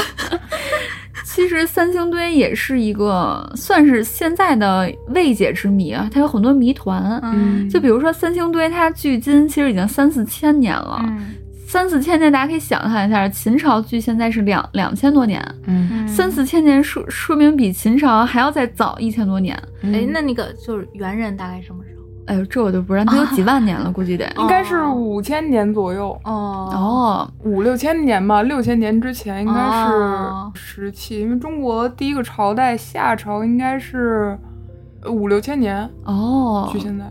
[SPEAKER 2] 其实三星堆也是一个算是现在的未解之谜啊，它有很多谜团。
[SPEAKER 1] 嗯，
[SPEAKER 2] 就比如说三星堆，它距今其实已经三四千年了，
[SPEAKER 3] 嗯
[SPEAKER 2] 三四千年大家可以想象一下，秦朝距现在是两两千多年，
[SPEAKER 1] 嗯，
[SPEAKER 3] 嗯
[SPEAKER 2] 三四千年说说明比秦朝还要再早一千多年。
[SPEAKER 1] 嗯
[SPEAKER 3] 哎，那那个就是猿人大概什么时候？
[SPEAKER 2] 哎呦，这我就不知道，它有几万年了，估计得。
[SPEAKER 1] 应该是五千年左右，
[SPEAKER 3] 哦
[SPEAKER 2] 哦，
[SPEAKER 1] 五六千年吧，六千年之前应该
[SPEAKER 3] 哦
[SPEAKER 1] 是石器，因为中国第一个朝代夏朝应该是呃五六千年，
[SPEAKER 2] 哦
[SPEAKER 1] 距现在。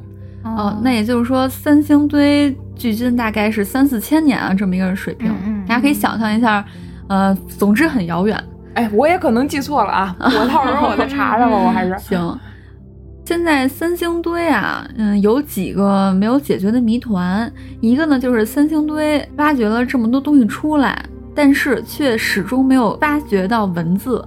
[SPEAKER 2] 哦，那也就是说，三星堆距今大概是三四千年啊，这么一个水平，
[SPEAKER 3] 嗯嗯
[SPEAKER 2] 大家可以想象一下。呃，总之很遥远。
[SPEAKER 1] 哎，我也可能记错了啊，我到时候我再查查吧，我还是
[SPEAKER 2] 行，现在三星堆啊，嗯，有几个没有解决的谜团。一个呢，就是三星堆挖掘了这么多东西出来，但是却始终没有挖掘到文字。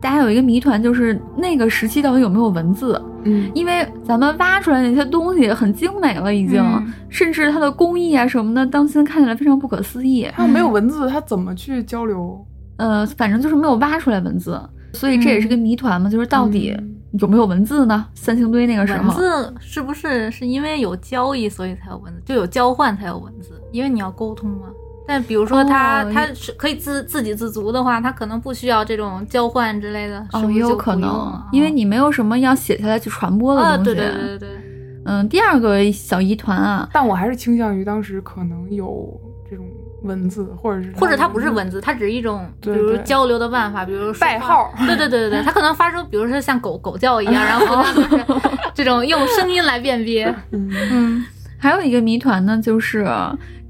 [SPEAKER 2] 大家有一个谜团，就是那个时期到底有没有文字？
[SPEAKER 1] 嗯
[SPEAKER 2] 因为咱们挖出来那些东西很精美了，已经，
[SPEAKER 3] 嗯
[SPEAKER 2] 甚至它的工艺啊什么的，当今看起来非常不可思议。
[SPEAKER 1] 他没有文字，他怎么去交流？
[SPEAKER 2] 呃，反正就是没有挖出来文字，所以
[SPEAKER 3] 嗯
[SPEAKER 2] 这也是个谜团嘛，就是到底
[SPEAKER 1] 嗯
[SPEAKER 2] 有没有文字呢？三星堆那个时
[SPEAKER 3] 文
[SPEAKER 2] 候，
[SPEAKER 3] 字是不是是因为有交易，所以才有文字？就有交换才有文字，因为你要沟通嘛。但比如说他、
[SPEAKER 2] 哦
[SPEAKER 3] 他是可以自自给自足的话，他可能不需要这种交换之类的，是
[SPEAKER 2] 哦，
[SPEAKER 3] 不
[SPEAKER 2] 也
[SPEAKER 3] 是就
[SPEAKER 2] 有可
[SPEAKER 3] 不用
[SPEAKER 2] 能
[SPEAKER 3] 了，
[SPEAKER 2] 因为你没有什么要写下来去传播的
[SPEAKER 3] 啊，
[SPEAKER 2] 东西。
[SPEAKER 3] 对对对对对，
[SPEAKER 2] 嗯，第二个小疑团啊，
[SPEAKER 1] 但我还是倾向于当时可能有这种文字，或者是
[SPEAKER 3] 或者它不是文字，它只是一种比
[SPEAKER 1] 对
[SPEAKER 3] 如
[SPEAKER 1] 对
[SPEAKER 3] 交流的办法，比如说
[SPEAKER 1] 代号，
[SPEAKER 3] 对对对对对，它可能发出，比如说像狗狗叫一样，然后 不断就是这种用声音来辨别，
[SPEAKER 1] 嗯
[SPEAKER 3] 嗯
[SPEAKER 2] 还有一个谜团呢，就是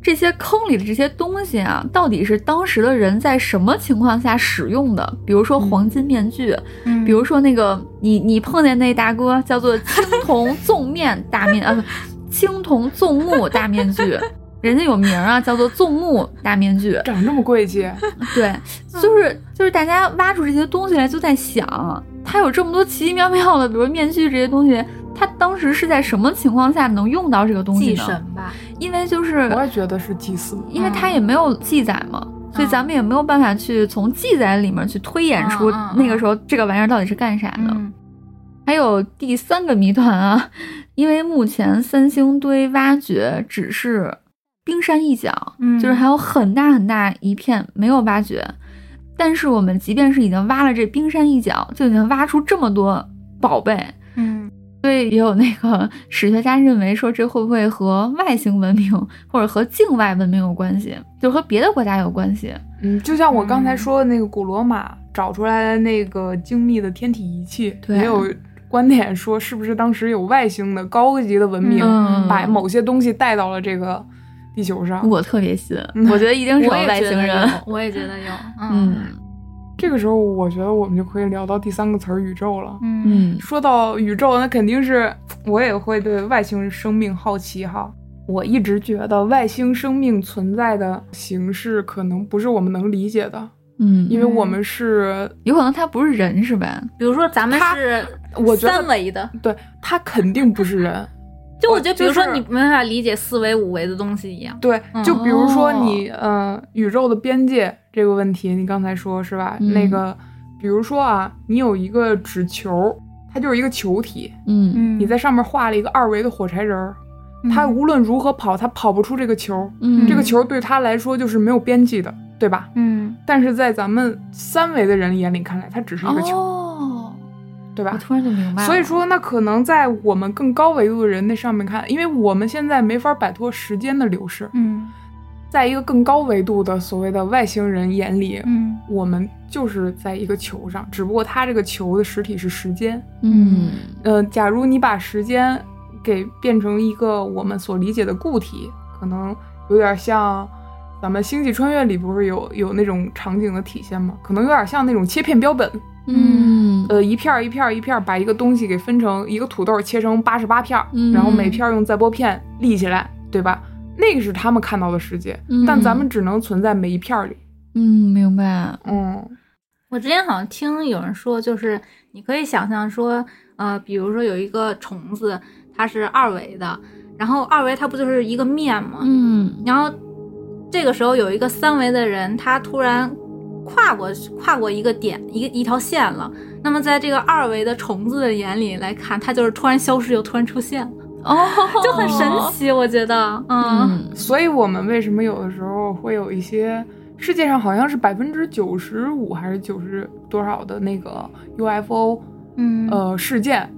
[SPEAKER 2] 这些坑里的这些东西啊，到底是当时的人在什么情况下使用的？比如说黄金面具，
[SPEAKER 3] 嗯
[SPEAKER 2] 比如说那个你你碰见那大哥叫做青 铜纵面大面呃，不青铜纵目大面具，人家有名儿啊，叫做纵目大面具。
[SPEAKER 1] 长这么贵气，
[SPEAKER 2] 对，
[SPEAKER 3] 嗯
[SPEAKER 2] 就是就是大家挖出这些东西来，就在想，它有这么多奇奇妙妙的，比如面具这些东西，它当时是在什么情况下能用到这个东西
[SPEAKER 3] 祭
[SPEAKER 2] 呢？
[SPEAKER 3] 神吧，
[SPEAKER 2] 因为就是
[SPEAKER 1] 我也觉得是祭祀。
[SPEAKER 2] 因为它
[SPEAKER 3] 嗯
[SPEAKER 2] 也没有记载嘛，所以咱们也没有办法去从记载里面去推演出
[SPEAKER 3] 嗯嗯嗯
[SPEAKER 2] 那个时候这个玩意儿到底是干啥的。
[SPEAKER 3] 嗯
[SPEAKER 2] 还有第三个谜团啊，因为目前三星堆挖掘只是冰山一角，
[SPEAKER 3] 嗯
[SPEAKER 2] 就是还有很大很大一片没有挖掘。但是我们即便是已经挖了这冰山一角，就已经挖出这么多宝贝，
[SPEAKER 3] 嗯
[SPEAKER 2] 所以也有那个史学家认为说，这会不会和外星文明或者和境外文明有关系，就和别的国家有关系？
[SPEAKER 1] 嗯，就像我刚才
[SPEAKER 3] 嗯
[SPEAKER 1] 说的那个古罗马找出来的那个精密的天体仪器，
[SPEAKER 2] 对
[SPEAKER 1] 也有观点说是不是当时有外星的高级的文明
[SPEAKER 2] 嗯
[SPEAKER 1] 把某些东西带到了这个地球上。
[SPEAKER 2] 我特别信，
[SPEAKER 1] 嗯
[SPEAKER 2] 我觉得一定是有
[SPEAKER 3] 我也
[SPEAKER 2] 外
[SPEAKER 3] 觉
[SPEAKER 2] 星
[SPEAKER 3] 得有
[SPEAKER 2] 人。，
[SPEAKER 3] 我也觉得 有，嗯
[SPEAKER 2] 嗯
[SPEAKER 1] 这个时候，我觉得我们就可以聊到第三个词儿宇宙了。
[SPEAKER 3] 嗯
[SPEAKER 2] 嗯
[SPEAKER 1] 说到宇宙，那肯定是我也会对外星生命好奇哈。我一直觉得外星生命存在的形式可能不是我们能理解的，因
[SPEAKER 2] 嗯，
[SPEAKER 1] 为我们是
[SPEAKER 2] 有可能他不是人是吧？
[SPEAKER 3] 比如说咱们是
[SPEAKER 1] 我觉得
[SPEAKER 3] 三维的，
[SPEAKER 1] 对它肯定不是人。
[SPEAKER 3] 就我觉得，比如说
[SPEAKER 1] 就是
[SPEAKER 3] 你没办法理解四维五维的东西一样，
[SPEAKER 1] 对，
[SPEAKER 2] 哦
[SPEAKER 3] 嗯
[SPEAKER 1] 就比如说你、呃宇宙的边界这个问题，你刚才说是吧？
[SPEAKER 2] 嗯
[SPEAKER 1] 那个，比如说啊，你有一个纸球，它就是一个球体，
[SPEAKER 2] 嗯
[SPEAKER 3] 嗯
[SPEAKER 1] 你在上面画了一个二维的火柴人儿，
[SPEAKER 3] 嗯
[SPEAKER 1] 它无论如何跑，它跑不出这个球。
[SPEAKER 2] 嗯，
[SPEAKER 1] 这个球对它来说就是没有边际的，对吧？
[SPEAKER 3] 嗯
[SPEAKER 1] 但是在咱们三维的人眼里看来，它只是一个球，
[SPEAKER 2] 哦，
[SPEAKER 1] 对吧
[SPEAKER 2] 我？突然就明白了。
[SPEAKER 1] 所以说，那可能在我们更高维度的人那上面看，因为我们现在没法摆脱时间的流逝，
[SPEAKER 3] 嗯
[SPEAKER 1] 在一个更高维度的所谓的外星人眼里，
[SPEAKER 3] 嗯
[SPEAKER 1] 我们就是在一个球上，只不过它这个球的实体是时间。
[SPEAKER 2] 嗯
[SPEAKER 1] 呃，假如你把时间给变成一个我们所理解的固体，可能有点像咱们《星际穿越》里不是有有那种场景的体现吗？可能有点像那种切片标本，
[SPEAKER 2] 嗯
[SPEAKER 1] 呃，一片儿一片儿一片儿把一个东西给分成一个土豆切成八十八片儿，
[SPEAKER 2] 嗯
[SPEAKER 1] 然后每片儿用载玻片立起来，对吧？那个是他们看到的世界，
[SPEAKER 2] 嗯
[SPEAKER 1] 但咱们只能存在每一片儿里。
[SPEAKER 2] 嗯，明白。
[SPEAKER 1] 嗯，
[SPEAKER 3] 我之前好像听有人说，就是你可以想象说，呃，比如说有一个虫子，它是二维的，然后二维它不就是一个面吗？
[SPEAKER 2] 嗯
[SPEAKER 3] 然后这个时候有一个三维的人，他突然跨过跨过一个点，一个一条线了。那么在这个二维的虫子的眼里来看，它就是突然消失又突然出现了，
[SPEAKER 2] 哦，
[SPEAKER 3] 就很神。
[SPEAKER 1] 哦
[SPEAKER 3] 奇，我觉得，嗯
[SPEAKER 2] 嗯
[SPEAKER 1] 所以我们为什么有的时候会有一些世界上好像是百分之九十五还是九十多少的那个 UFO
[SPEAKER 3] 嗯
[SPEAKER 1] 呃事件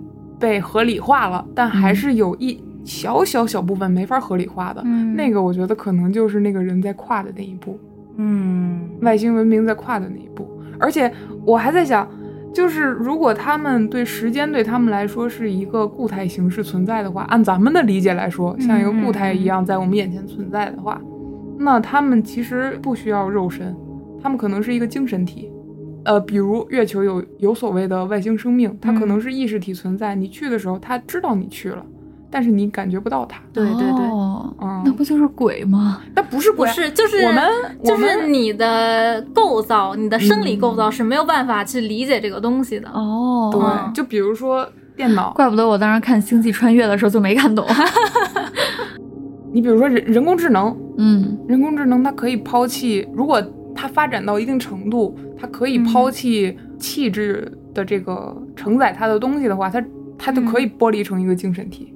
[SPEAKER 1] 被合理化了，但还是有一小小小部分没法合理化的。
[SPEAKER 3] 嗯
[SPEAKER 1] 那个我觉得可能就是那个人在跨的那一步，
[SPEAKER 3] 嗯
[SPEAKER 1] 外星文明在跨的那一步。而且我还在想，就是如果他们对时间对他们来说是一个固态形式存在的话，按咱们的理解来说，像一个固态一样在我们眼前存在的话，那他们其实不需要肉身，他们可能是一个精神体。呃，比如月球有有所谓的外星生命，它可能
[SPEAKER 3] 嗯
[SPEAKER 1] 是意识体存在。你去的时候，它知道你去了，但是你感觉不到它。
[SPEAKER 3] 对对对
[SPEAKER 2] 哦
[SPEAKER 1] 嗯
[SPEAKER 2] 那不就是鬼吗？
[SPEAKER 1] 但不是
[SPEAKER 3] 不
[SPEAKER 1] 鬼，
[SPEAKER 3] 是，就是
[SPEAKER 1] 我们
[SPEAKER 3] 就
[SPEAKER 1] 我们嗯
[SPEAKER 3] 是你的构造，你的生理构造是没有办法去理解这个东西的。
[SPEAKER 2] 哦，
[SPEAKER 1] 对，就比如说电脑，
[SPEAKER 2] 怪不得我当时看《星际穿越》的时候就没看懂。
[SPEAKER 1] 你比如说人人工智能，
[SPEAKER 2] 嗯
[SPEAKER 1] 人工智能它可以抛弃，如果它发展到一定程度，它可以抛弃气质的这个承载它的东西的话，它它就可以剥离成一个精神体，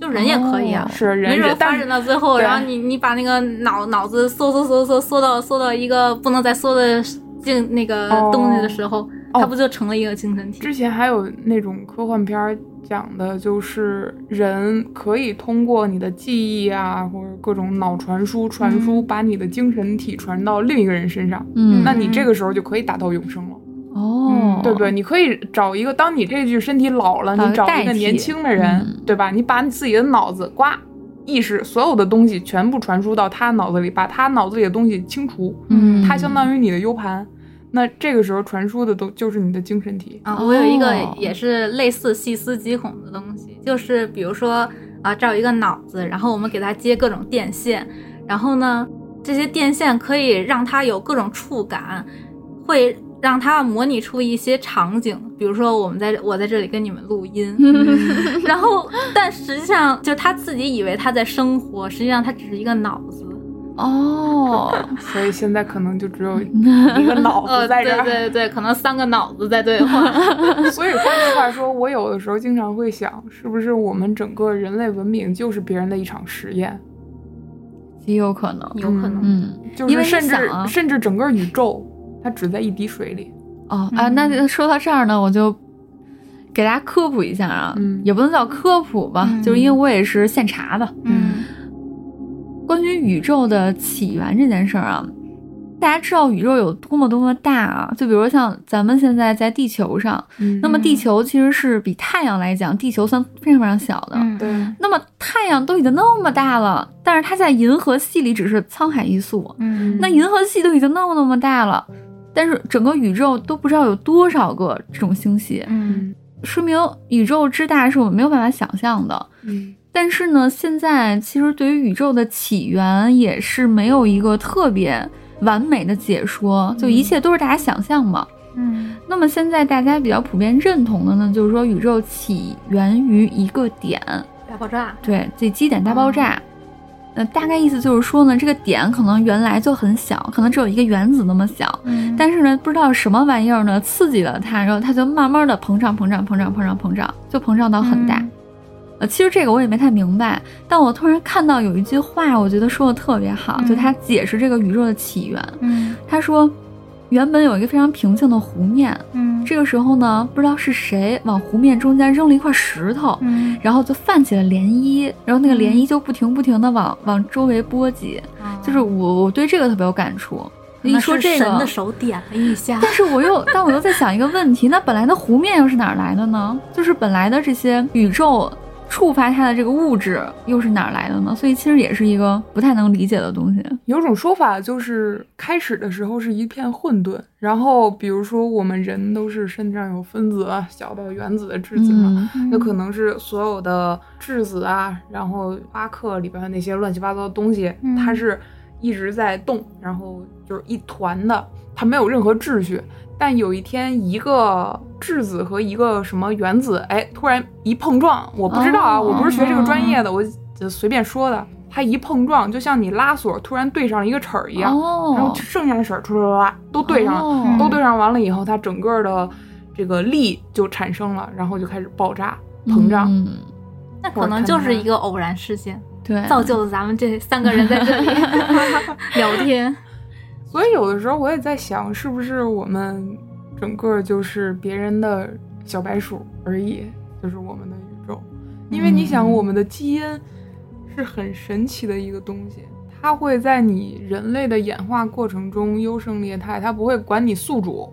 [SPEAKER 3] 就人也可以啊
[SPEAKER 2] 哦，
[SPEAKER 1] 是人
[SPEAKER 3] 没准
[SPEAKER 1] 人，
[SPEAKER 3] 发
[SPEAKER 1] 但
[SPEAKER 3] 展
[SPEAKER 1] 是
[SPEAKER 3] 到最后，
[SPEAKER 1] 对
[SPEAKER 3] 然后你你把那个脑脑子缩缩缩缩缩到缩到一个不能再缩的境那个
[SPEAKER 1] 哦
[SPEAKER 3] 东西的时候，
[SPEAKER 1] 哦
[SPEAKER 3] 它不就成了一个精神体？
[SPEAKER 1] 之前还有那种科幻片儿讲的，就是人可以通过你的记忆啊，或者各种脑传输传输，把你的精神体传到另一个人身上，
[SPEAKER 2] 嗯，
[SPEAKER 1] 那你这个时候就可以达到永生了。
[SPEAKER 2] 哦，
[SPEAKER 1] 嗯对不对？你可以找一个，当你这具身体老了，
[SPEAKER 2] 找一个
[SPEAKER 1] 你找
[SPEAKER 2] 代
[SPEAKER 1] 一个
[SPEAKER 2] 替
[SPEAKER 1] 年轻的人，
[SPEAKER 2] 嗯
[SPEAKER 1] 对吧？你把你自己的脑子呱意识所有的东西全部传输到他脑子里，把他脑子里的东西清除，
[SPEAKER 2] 嗯
[SPEAKER 1] 他相当于你的 U 盘。那这个时候传输的都就是你的精神 体，
[SPEAKER 3] 啊，我有一个
[SPEAKER 2] 哦
[SPEAKER 3] 也是类似细思极恐的东西，就是比如说啊，这儿有一个脑子，然后我们给它接各种电线，然后呢，这些电线可以让它有各种触感，会让它模拟出一些场景，比如说我们在我在这里跟你们录音，然后但实际上就他自己以为他在生活，实际上他只是一个脑子。
[SPEAKER 2] 哦，
[SPEAKER 1] 所以现在可能就只有一个脑
[SPEAKER 3] 呃，
[SPEAKER 1] 子在
[SPEAKER 3] 对
[SPEAKER 1] 这 儿。
[SPEAKER 3] 对对，可能三个脑子在对话。
[SPEAKER 1] 所以换句话说，我有的时候经常会想，是不是我们整个人类文明就是别人的一场实验？
[SPEAKER 2] 极有可能，
[SPEAKER 3] 有可能
[SPEAKER 2] 嗯，
[SPEAKER 1] 就
[SPEAKER 2] 因为
[SPEAKER 1] 是甚
[SPEAKER 2] 你
[SPEAKER 1] 至
[SPEAKER 2] 想啊
[SPEAKER 1] 甚至整个宇宙，它只在一滴水里。
[SPEAKER 2] 哦啊，
[SPEAKER 3] 嗯
[SPEAKER 2] 那说到这儿呢，我就给大家科普一下啊，
[SPEAKER 1] 嗯
[SPEAKER 2] 也不能叫科普吧，
[SPEAKER 3] 嗯
[SPEAKER 2] 就是因为我也是现查的。
[SPEAKER 3] 嗯
[SPEAKER 2] 关于宇宙的起源这件事儿啊，大家知道宇宙有多么多么大啊，就比如像咱们现在在地球上，
[SPEAKER 1] 嗯
[SPEAKER 2] 那么地球其实是比太阳来讲，地球算非常非常小
[SPEAKER 3] 嗯
[SPEAKER 2] 的。
[SPEAKER 1] 对，
[SPEAKER 2] 那么太阳都已经那么大了，但是它在银河系里只是沧海一粟。
[SPEAKER 3] 嗯
[SPEAKER 2] 那银河系都已经那么那么大了，但是整个宇宙都不知道有多少个这种星系，
[SPEAKER 3] 嗯
[SPEAKER 2] 说明宇宙之大是我们没有办法想象的。
[SPEAKER 1] 嗯
[SPEAKER 2] 但是呢，现在其实对于宇宙的起源也是没有一个特别完美的解说，就一切都是大家想象嘛。
[SPEAKER 3] 嗯
[SPEAKER 2] 那么现在大家比较普遍认同的呢，就是说宇宙起源于一个点，
[SPEAKER 3] 大爆炸。
[SPEAKER 2] 对，这基点大爆炸。呃，大概意思就是说呢，这个点可能原来就很小，可能只有一个原子那么小，
[SPEAKER 3] 嗯
[SPEAKER 2] 但是呢，不知道什么玩意儿呢刺激了它，然后它就慢慢的膨胀、膨胀、膨胀、膨胀、膨胀，就膨胀到很大。呃，其实这个我也没太明白，但我突然看到有一句话，我觉得说的特别好，
[SPEAKER 3] 嗯
[SPEAKER 2] 就它解释这个宇宙的起源。
[SPEAKER 3] 嗯
[SPEAKER 2] 他说，原本有一个非常平静的湖面，
[SPEAKER 3] 嗯
[SPEAKER 2] 这个时候呢，不知道是谁往湖面中间扔了一块石头，
[SPEAKER 3] 嗯，
[SPEAKER 2] 然后就泛起了涟漪，然后那个涟漪就不停不停的往往周围波及。就是我我对这个特别有感触。一
[SPEAKER 3] 那
[SPEAKER 2] 说
[SPEAKER 3] 是
[SPEAKER 2] 这
[SPEAKER 3] 神的
[SPEAKER 2] 个，
[SPEAKER 3] 手点了一下，
[SPEAKER 2] 但是我 又但我又在想一个问题，那本来的湖面又是哪儿来的呢？就是本来的这些宇宙。触发它的这个物质又是哪儿来的呢？所以其实也是一个不太能理解的东西。
[SPEAKER 1] 有种说法就是，开始的时候是一片混沌，然后比如说我们人都是身上有分子啊，小到原子的质子嘛，
[SPEAKER 2] 嗯，
[SPEAKER 1] 那可能是所有的质子啊，然后夸克里边的那些乱七八糟的东西，
[SPEAKER 3] 嗯
[SPEAKER 1] 它是一直在动，然后就是一团的，它没有任何秩序。但有一天，一个质子和一个什么原子，哎，突然一碰撞，我不知道啊，
[SPEAKER 2] 哦
[SPEAKER 1] 我不是学这个专业的，我就随便说的。它一碰撞，就像你拉锁突然对上了一个齿儿一样，
[SPEAKER 2] 哦，
[SPEAKER 1] 然后剩下的齿儿唰唰唰唰都对上了，
[SPEAKER 2] 哦
[SPEAKER 1] 都对上完了以后，它整个的这个力就产生了，然后就开始爆炸膨胀。
[SPEAKER 2] 嗯，
[SPEAKER 3] 那可能就是一个偶然事件，
[SPEAKER 2] 对，
[SPEAKER 3] 造就了咱们这三个人在这里聊天。
[SPEAKER 1] 所以有的时候我也在想，是不是我们整个就是别人的小白鼠而已，就是我们的宇宙。因为你想，
[SPEAKER 2] 嗯
[SPEAKER 1] 我们的基因是很神奇的一个东西，它会在你人类的演化过程中优胜劣汰，它不会管你宿主，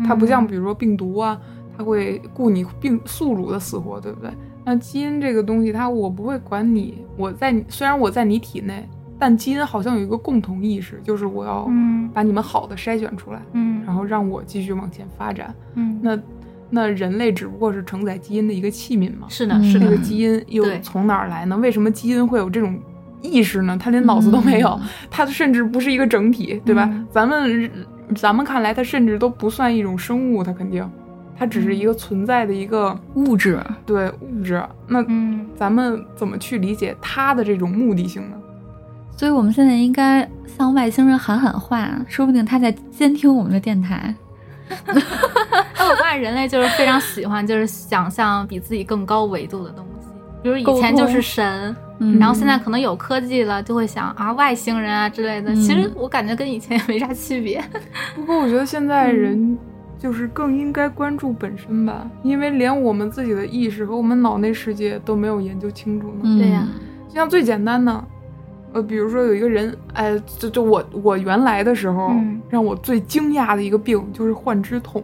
[SPEAKER 1] 它不
[SPEAKER 2] 嗯
[SPEAKER 1] 像比如说病毒啊，它会顾你病宿主的死活，对不对？那基因这个东西，它我不会管你，我在你虽然我在你体内，但基因好像有一个共同意识，就是我要
[SPEAKER 3] 嗯
[SPEAKER 1] 把你们好的筛选出来，
[SPEAKER 3] 嗯
[SPEAKER 1] 然后让我继续往前发展。
[SPEAKER 3] 嗯，
[SPEAKER 1] 那那人类只不过是承载基因的一个器皿嘛，
[SPEAKER 3] 是的，是
[SPEAKER 1] 那
[SPEAKER 3] 的
[SPEAKER 1] 个
[SPEAKER 2] 嗯，
[SPEAKER 1] 基因又
[SPEAKER 3] 对
[SPEAKER 1] 从哪儿来呢？为什么基因会有这种意识呢？它连脑子都没有，它甚至不是一个整体，对吧？
[SPEAKER 3] 嗯
[SPEAKER 1] 咱们咱们看来，它甚至都不算一种生物，它肯定，它只
[SPEAKER 3] 嗯
[SPEAKER 1] 是一个存在的一个
[SPEAKER 2] 物质。
[SPEAKER 1] 对物质。那
[SPEAKER 3] 嗯
[SPEAKER 1] 咱们怎么去理解它的这种目的性呢？
[SPEAKER 2] 所以我们现在应该向外星人喊喊话，说不定他在监听我们的电台。
[SPEAKER 3] 哎，我发现人类就是非常喜欢，就是想象比自己更高维度的东西。比如以前就是神，
[SPEAKER 2] 嗯
[SPEAKER 3] 然后现在可能有科技了，就会想啊外星人啊之类的。
[SPEAKER 2] 嗯
[SPEAKER 3] 其实我感觉跟以前也没啥区别。
[SPEAKER 1] 不过我觉得现在
[SPEAKER 3] 嗯
[SPEAKER 1] 人就是更应该关注本身吧，因为连我们自己的意识和我们脑内世界都没有研究清楚呢。
[SPEAKER 2] 嗯
[SPEAKER 3] 对呀
[SPEAKER 1] 就像最简单的，呃，比如说有一个人，哎，就就我我原来的时候，
[SPEAKER 3] 嗯
[SPEAKER 1] 让我最惊讶的一个病就是幻肢痛，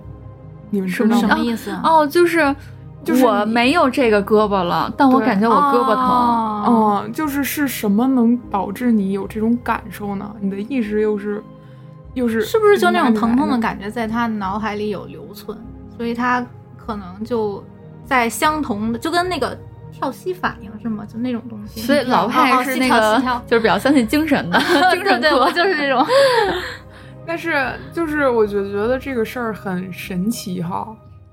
[SPEAKER 1] 你们知道
[SPEAKER 2] 什
[SPEAKER 1] 吗？
[SPEAKER 3] 么意思啊？
[SPEAKER 2] 哦，就是
[SPEAKER 1] 就是
[SPEAKER 2] 我
[SPEAKER 1] 你
[SPEAKER 2] 没有这个胳膊了，但我
[SPEAKER 1] 对
[SPEAKER 2] 感觉我胳膊疼。
[SPEAKER 3] 哦，
[SPEAKER 1] 嗯，就是是什么能导致你有这种感受呢？你的意识又是又是
[SPEAKER 3] 是不是就那种疼痛
[SPEAKER 1] 哪里
[SPEAKER 3] 的
[SPEAKER 1] 来
[SPEAKER 3] 感觉在他脑海里有留存，所以他可能就在相同的，就跟那个跳息反应是吗？就那种东西。
[SPEAKER 2] 所以老
[SPEAKER 3] 哦
[SPEAKER 2] 派
[SPEAKER 3] 哦
[SPEAKER 2] 是
[SPEAKER 3] 膝
[SPEAKER 2] 那
[SPEAKER 3] 跳
[SPEAKER 2] 个
[SPEAKER 3] 膝跳，
[SPEAKER 2] 就是比较相信精神的 精神
[SPEAKER 3] 对对，
[SPEAKER 2] 科
[SPEAKER 3] 我，就是这种。
[SPEAKER 1] 但是就是我觉觉得这个事儿很神奇哈，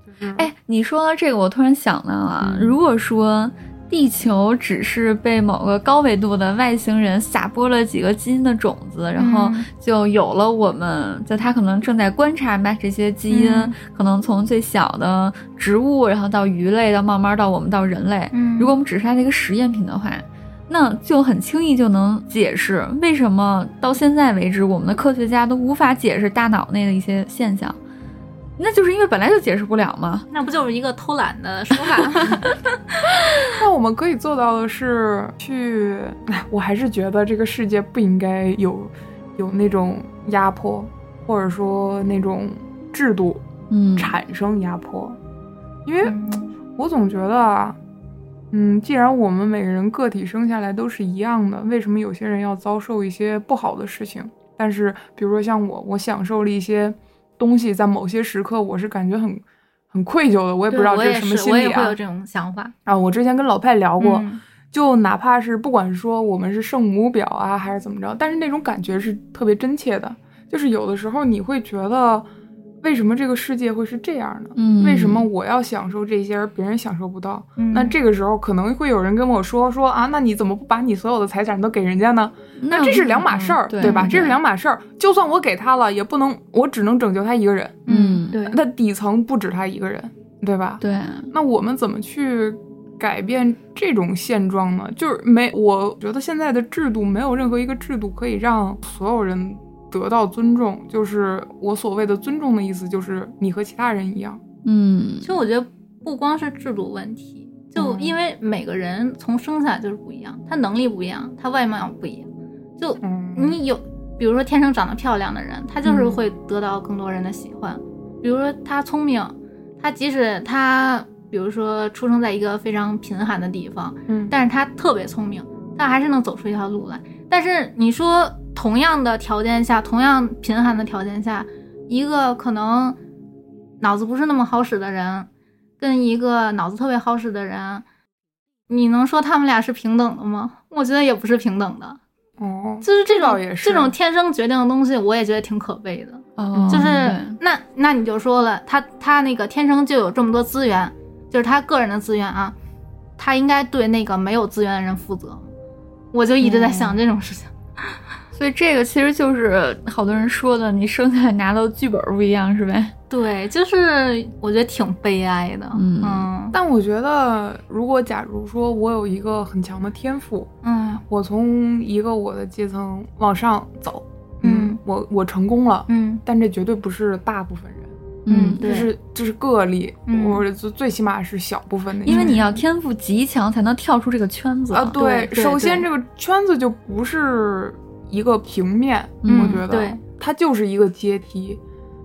[SPEAKER 1] 就是
[SPEAKER 2] 哎，你说到这个，我突然想到啊，
[SPEAKER 1] 嗯
[SPEAKER 2] 如果说地球只是被某个高维度的外星人撒播了几个基因的种子，然后
[SPEAKER 3] 嗯
[SPEAKER 2] 就有了我们，就他可能正在观察吧这些基因，
[SPEAKER 1] 嗯
[SPEAKER 2] 可能从最小的植物，然后到鱼类，到慢慢到我们到人类。
[SPEAKER 3] 嗯
[SPEAKER 2] 如果我们只是它的一个实验品的话。那就很轻易就能解释为什么到现在为止，我们的科学家都无法解释大脑内的一些现象，那就是因为本来就解释不了嘛。
[SPEAKER 3] 那不就是一个偷懒的说法 吗？
[SPEAKER 1] 那我们可以做到的是去， 哎，我还是觉得这个世界不应该有有那种压迫，或者说那种制度
[SPEAKER 2] 嗯，
[SPEAKER 1] 产生压迫，因为
[SPEAKER 3] 嗯
[SPEAKER 1] 我总觉得啊，嗯，既然我们每个人个体生下来都是一样的，为什么有些人要遭受一些不好的事情？但是，比如说像我，我享受了一些东西，在某些时刻我是感觉很很愧疚的，我也不知道
[SPEAKER 3] 对
[SPEAKER 1] 这
[SPEAKER 3] 我也
[SPEAKER 1] 什么
[SPEAKER 3] 是，
[SPEAKER 1] 心
[SPEAKER 3] 我
[SPEAKER 1] 理
[SPEAKER 3] 也会
[SPEAKER 1] 啊
[SPEAKER 3] 有。这种想法。
[SPEAKER 1] 啊，我之前跟老派聊过，
[SPEAKER 3] 嗯
[SPEAKER 1] 就哪怕是不管说我们是圣母婊啊，还是怎么着，但是那种感觉是特别真切的。就是有的时候你会觉得，为什么这个世界会是这样的？
[SPEAKER 2] 嗯
[SPEAKER 1] 为什么我要享受这些而别人享受不到？
[SPEAKER 3] 嗯
[SPEAKER 1] 那这个时候可能会有人跟我说说啊，那你怎么不把你所有的财产都给人家呢？那这是两码事儿，
[SPEAKER 2] 嗯对
[SPEAKER 1] 对吧？这是
[SPEAKER 2] 对
[SPEAKER 1] 两码事儿。就算我给他了，也不能，我只能拯救他一个人。
[SPEAKER 2] 嗯
[SPEAKER 3] 对，
[SPEAKER 1] 那底层不止他一个人，对吧？
[SPEAKER 2] 对，
[SPEAKER 1] 那我们怎么去改变这种现状呢？就是没，我觉得现在的制度没有任何一个制度可以让所有人得到尊重。就是我所谓的尊重的意思，就是你和其他人一样。
[SPEAKER 2] 嗯
[SPEAKER 3] 其实我觉得不光是制度问题，就
[SPEAKER 1] 嗯
[SPEAKER 3] 因为每个人从生下来就是不一样，他能力不一样，他外貌不一样，就
[SPEAKER 1] 嗯，
[SPEAKER 3] 你有，比如说天生长得漂亮的人，他就是
[SPEAKER 1] 嗯
[SPEAKER 3] 会得到更多人的喜欢。比如说他聪明，他即使他，比如说出生在一个非常贫寒的地方，
[SPEAKER 1] 嗯
[SPEAKER 3] 但是他特别聪明，他还是能走出一条路来。但是你说同样的条件下，同样贫寒的条件下，一个可能脑子不是那么好使的人，跟一个脑子特别好使的人，你能说他们俩是平等的吗？我觉得也不是平等的。
[SPEAKER 1] 哦，
[SPEAKER 3] 就是这
[SPEAKER 1] 倒
[SPEAKER 3] 种
[SPEAKER 1] 也是
[SPEAKER 3] 这种天生决定的东西，我也觉得挺可悲的。
[SPEAKER 2] 哦，
[SPEAKER 3] 就是、
[SPEAKER 2] 对
[SPEAKER 3] 那那你就说了，他他那个天生就有这么多资源，就是他个人的资源啊，他应该对那个没有资源的人负责。我就一
[SPEAKER 1] 嗯
[SPEAKER 3] 直在想这种事情，
[SPEAKER 2] 所以这个其实就是好多人说的，你生下来拿到剧本不一样是呗？
[SPEAKER 3] 对，就是我觉得挺悲哀的。
[SPEAKER 2] 嗯
[SPEAKER 3] 嗯
[SPEAKER 1] 但我觉得，如果假如说我有一个很强的天赋，
[SPEAKER 3] 嗯
[SPEAKER 1] 我从一个我的阶层往上走，
[SPEAKER 3] 嗯，
[SPEAKER 1] 我我成功了，
[SPEAKER 3] 嗯
[SPEAKER 1] 但这绝对不是大部分人，
[SPEAKER 3] 嗯，
[SPEAKER 1] 这
[SPEAKER 3] 对，
[SPEAKER 1] 是这是个例，
[SPEAKER 3] 嗯
[SPEAKER 1] 或者最最起码是小部分的一群
[SPEAKER 2] 因
[SPEAKER 1] 人，
[SPEAKER 2] 为你要天赋极强才能跳出这个圈子
[SPEAKER 1] 啊，
[SPEAKER 3] 对对
[SPEAKER 1] 首先
[SPEAKER 3] 对
[SPEAKER 1] 这个圈子就不是一个平面，
[SPEAKER 2] 嗯
[SPEAKER 1] 我觉得
[SPEAKER 3] 对
[SPEAKER 1] 它就是一个阶梯，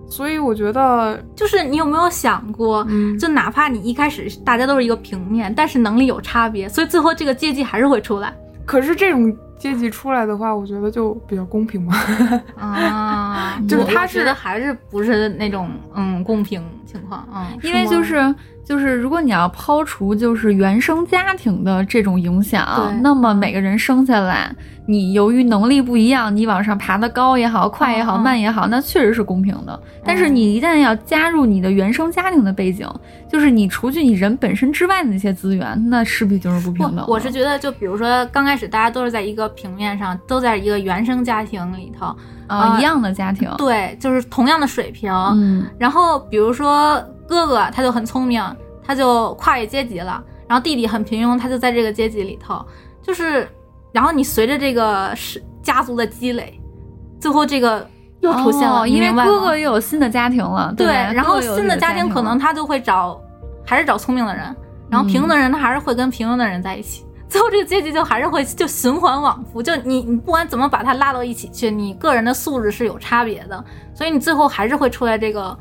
[SPEAKER 1] 所以我觉得，
[SPEAKER 3] 就是你有没有想过？
[SPEAKER 1] 嗯
[SPEAKER 3] 就哪怕你一开始大家都是一个平面，但是能力有差别，所以最后这个阶级还是会出来
[SPEAKER 1] 可是这种阶级出来的话，我觉得就比较公平嘛。，
[SPEAKER 3] 啊
[SPEAKER 1] 就是
[SPEAKER 3] 我
[SPEAKER 1] 他
[SPEAKER 3] 我觉
[SPEAKER 1] 是
[SPEAKER 3] 得还是不是那种嗯公平情况，嗯，
[SPEAKER 2] 因为就是就是，如果你要抛除就是原生家庭的这种影响
[SPEAKER 3] 对，
[SPEAKER 2] 那么每个人生下来，你由于能力不一样，你往上爬得高也好，快也好，
[SPEAKER 3] 嗯嗯嗯
[SPEAKER 2] 慢也好，那确实是公平的。但是你一旦要加入你的原生家庭的背景，就是你除去你人本身之外的那些资源，那势必就是不平等的。
[SPEAKER 3] 不，我是觉得，就比如说刚开始大家都是在一个平面上，都在一个原生家庭里头，
[SPEAKER 2] 啊、
[SPEAKER 3] 呃
[SPEAKER 2] 一样的家庭，
[SPEAKER 3] 对，就是同样的水平。
[SPEAKER 2] 嗯
[SPEAKER 3] 然后比如说哥哥他就很聪明，他就跨越阶级了；然后弟弟很平庸，他就在这个阶级里头。就是，然后你随着这个是家族的积累，最后这个又出现了，
[SPEAKER 2] 哦
[SPEAKER 3] 你
[SPEAKER 2] 因为
[SPEAKER 3] 明白吗
[SPEAKER 2] 哥哥又有新的家庭了，
[SPEAKER 3] 对，
[SPEAKER 2] 吧
[SPEAKER 3] 然后
[SPEAKER 2] 啊哥哥又有
[SPEAKER 3] 新的家庭可能
[SPEAKER 2] 了嗯
[SPEAKER 3] 他就会找，还是找聪明的人，然后平庸的人他还是会跟平庸的人在一起， 最后这个阶级就还是会就循环往复，就你你不管怎么把他拉到一起去，你个人的素质是有差别的，所以你最后还是会出来这个，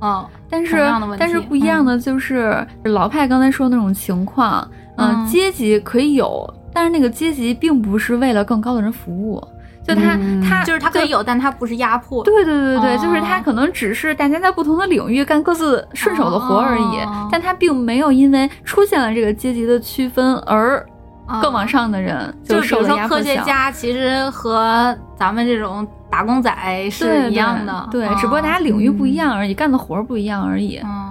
[SPEAKER 3] 嗯，
[SPEAKER 2] 但是
[SPEAKER 3] 同样的问题嗯
[SPEAKER 2] 但是不一样的就是、老派刚才说的那种情况，嗯、
[SPEAKER 3] 嗯
[SPEAKER 2] 阶级可以有，但是那个阶级并不是为了更高的人服务，就他、
[SPEAKER 1] 嗯
[SPEAKER 2] 他
[SPEAKER 3] 就是它可以有，但它不是压迫，
[SPEAKER 2] 对对对对，
[SPEAKER 3] 哦
[SPEAKER 2] 就是他可能只是大家在不同的领域干各自顺手的活而已，
[SPEAKER 3] 哦
[SPEAKER 2] 但他并没有因为出现了这个阶级的区分而
[SPEAKER 3] 嗯
[SPEAKER 2] 更往上的人
[SPEAKER 3] 就是比
[SPEAKER 2] 受了
[SPEAKER 3] 如说
[SPEAKER 2] 压迫
[SPEAKER 3] 科学
[SPEAKER 2] 小。
[SPEAKER 3] 家其实和咱们这种打工仔
[SPEAKER 2] 对
[SPEAKER 3] 是一样的，
[SPEAKER 2] 对，
[SPEAKER 3] 嗯
[SPEAKER 2] 对只不过大家领域不一样而已，干的活儿不一样而已。
[SPEAKER 3] 嗯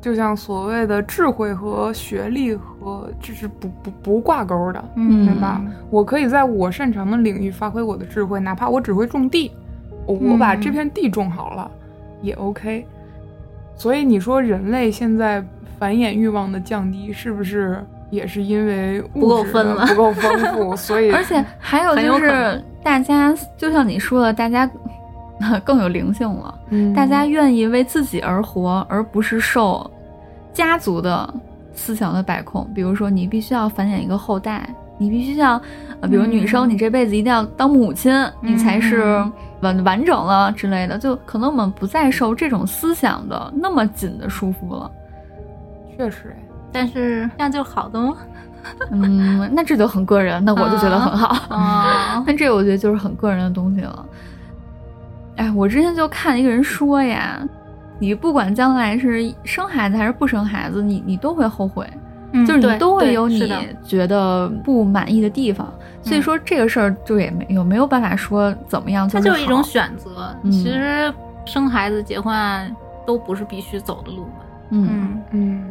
[SPEAKER 1] 就像所谓的智慧和学历和就是不不不挂钩的，
[SPEAKER 3] 嗯
[SPEAKER 1] 对吧？我可以在我擅长的领域发挥我的智慧，哪怕我只会种地，我我把
[SPEAKER 3] 嗯
[SPEAKER 1] 这片地种好了、也 OK。所以你说人类现在繁衍欲望的降低，是不是也是因为物质
[SPEAKER 3] 不够分了
[SPEAKER 1] 不够丰富， 所以
[SPEAKER 2] 而且还有
[SPEAKER 3] 很有
[SPEAKER 2] 就
[SPEAKER 3] 可
[SPEAKER 2] 是
[SPEAKER 3] 能
[SPEAKER 2] 大家，就像你说的，大家 更有灵性了，
[SPEAKER 1] 嗯
[SPEAKER 2] 大家愿意为自己而活，而不是受家族的思想的摆控。比如说，你必须要繁衍一个后代，你必须要，呃比如女生，
[SPEAKER 3] 嗯
[SPEAKER 2] 你这辈子一定要当母亲，你才是
[SPEAKER 3] 嗯
[SPEAKER 2] 完完整了之类的。就可能我们不再受这种思想的那么紧的束缚了。
[SPEAKER 1] 确实哎
[SPEAKER 3] 但是这样就好的吗？
[SPEAKER 2] 嗯，那这就很个人，那我就觉得很好。
[SPEAKER 3] 啊，
[SPEAKER 2] 但这我觉得就是很个人的东西了。哎，我之前就看一个人说呀，你不管将来是生孩子还是不生孩子，你你都会后悔，
[SPEAKER 3] 嗯
[SPEAKER 2] 就是
[SPEAKER 3] 对
[SPEAKER 2] 你都会
[SPEAKER 3] 对
[SPEAKER 2] 有
[SPEAKER 3] 是
[SPEAKER 2] 你
[SPEAKER 3] 的
[SPEAKER 2] 觉得不满意的地方。所以
[SPEAKER 3] 嗯
[SPEAKER 2] 说这个事儿就也没有没有办法说怎么样
[SPEAKER 3] 它
[SPEAKER 2] 就
[SPEAKER 3] 就是是一种
[SPEAKER 2] 好
[SPEAKER 3] 选择。
[SPEAKER 2] 嗯
[SPEAKER 3] 其实生孩子、结婚啊都不是必须走的路嘛。
[SPEAKER 2] 嗯
[SPEAKER 3] 嗯
[SPEAKER 1] 嗯，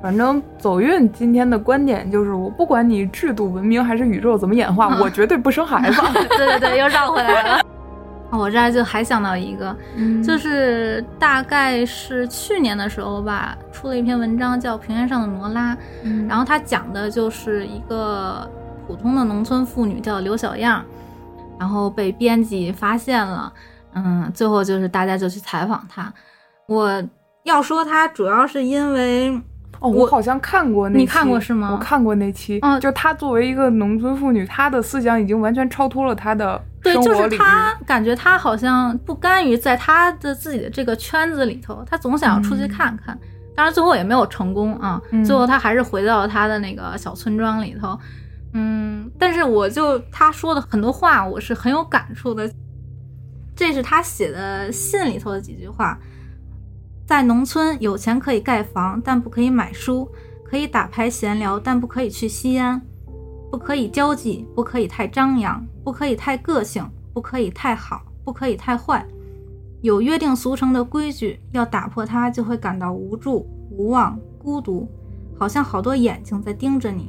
[SPEAKER 1] 反正走运今天的观点就是，我不管你制度文明还是宇宙怎么演化，
[SPEAKER 3] 嗯
[SPEAKER 1] 我绝对不生孩 子。
[SPEAKER 3] 对对对，又绕回来了。 我这儿就还想到一个，
[SPEAKER 1] 嗯
[SPEAKER 3] 就是大概是去年的时候吧，出了一篇文章叫《平原上的罗拉》，嗯然后他讲的就是一个普通的农村妇女叫刘小样，然后被编辑发现了，嗯，最后就是大家就去采访她。我要说她主要是因为
[SPEAKER 1] 哦，我好像看过那期，
[SPEAKER 3] 你看过是吗
[SPEAKER 1] 我看过那期，
[SPEAKER 3] 嗯
[SPEAKER 1] 就她作为一个农村妇女，她的思想已经完全超脱了她的
[SPEAKER 3] 对，
[SPEAKER 1] 生
[SPEAKER 3] 就
[SPEAKER 1] 活
[SPEAKER 3] 是
[SPEAKER 1] 领域。
[SPEAKER 3] 他感觉他好像不甘于在他的自己的这个圈子里头，他总想要出去
[SPEAKER 1] 嗯
[SPEAKER 3] 看看。当然最后也没有成功啊，
[SPEAKER 1] 嗯
[SPEAKER 3] 最后他还是回到他的那个小村庄里头。嗯，但是我就他说的很多话，我是很有感触的。这是他写的信里头的几句话。在农村，有钱可以盖房，但不可以买书；可以打牌闲聊，但不可以去吸烟；不可以交际，不可以太张扬，不可以太个性，不可以太好，不可以太坏。有约定俗成的规矩，要打破它，就会感到无助、无望、孤独，好像好多眼睛在盯着你。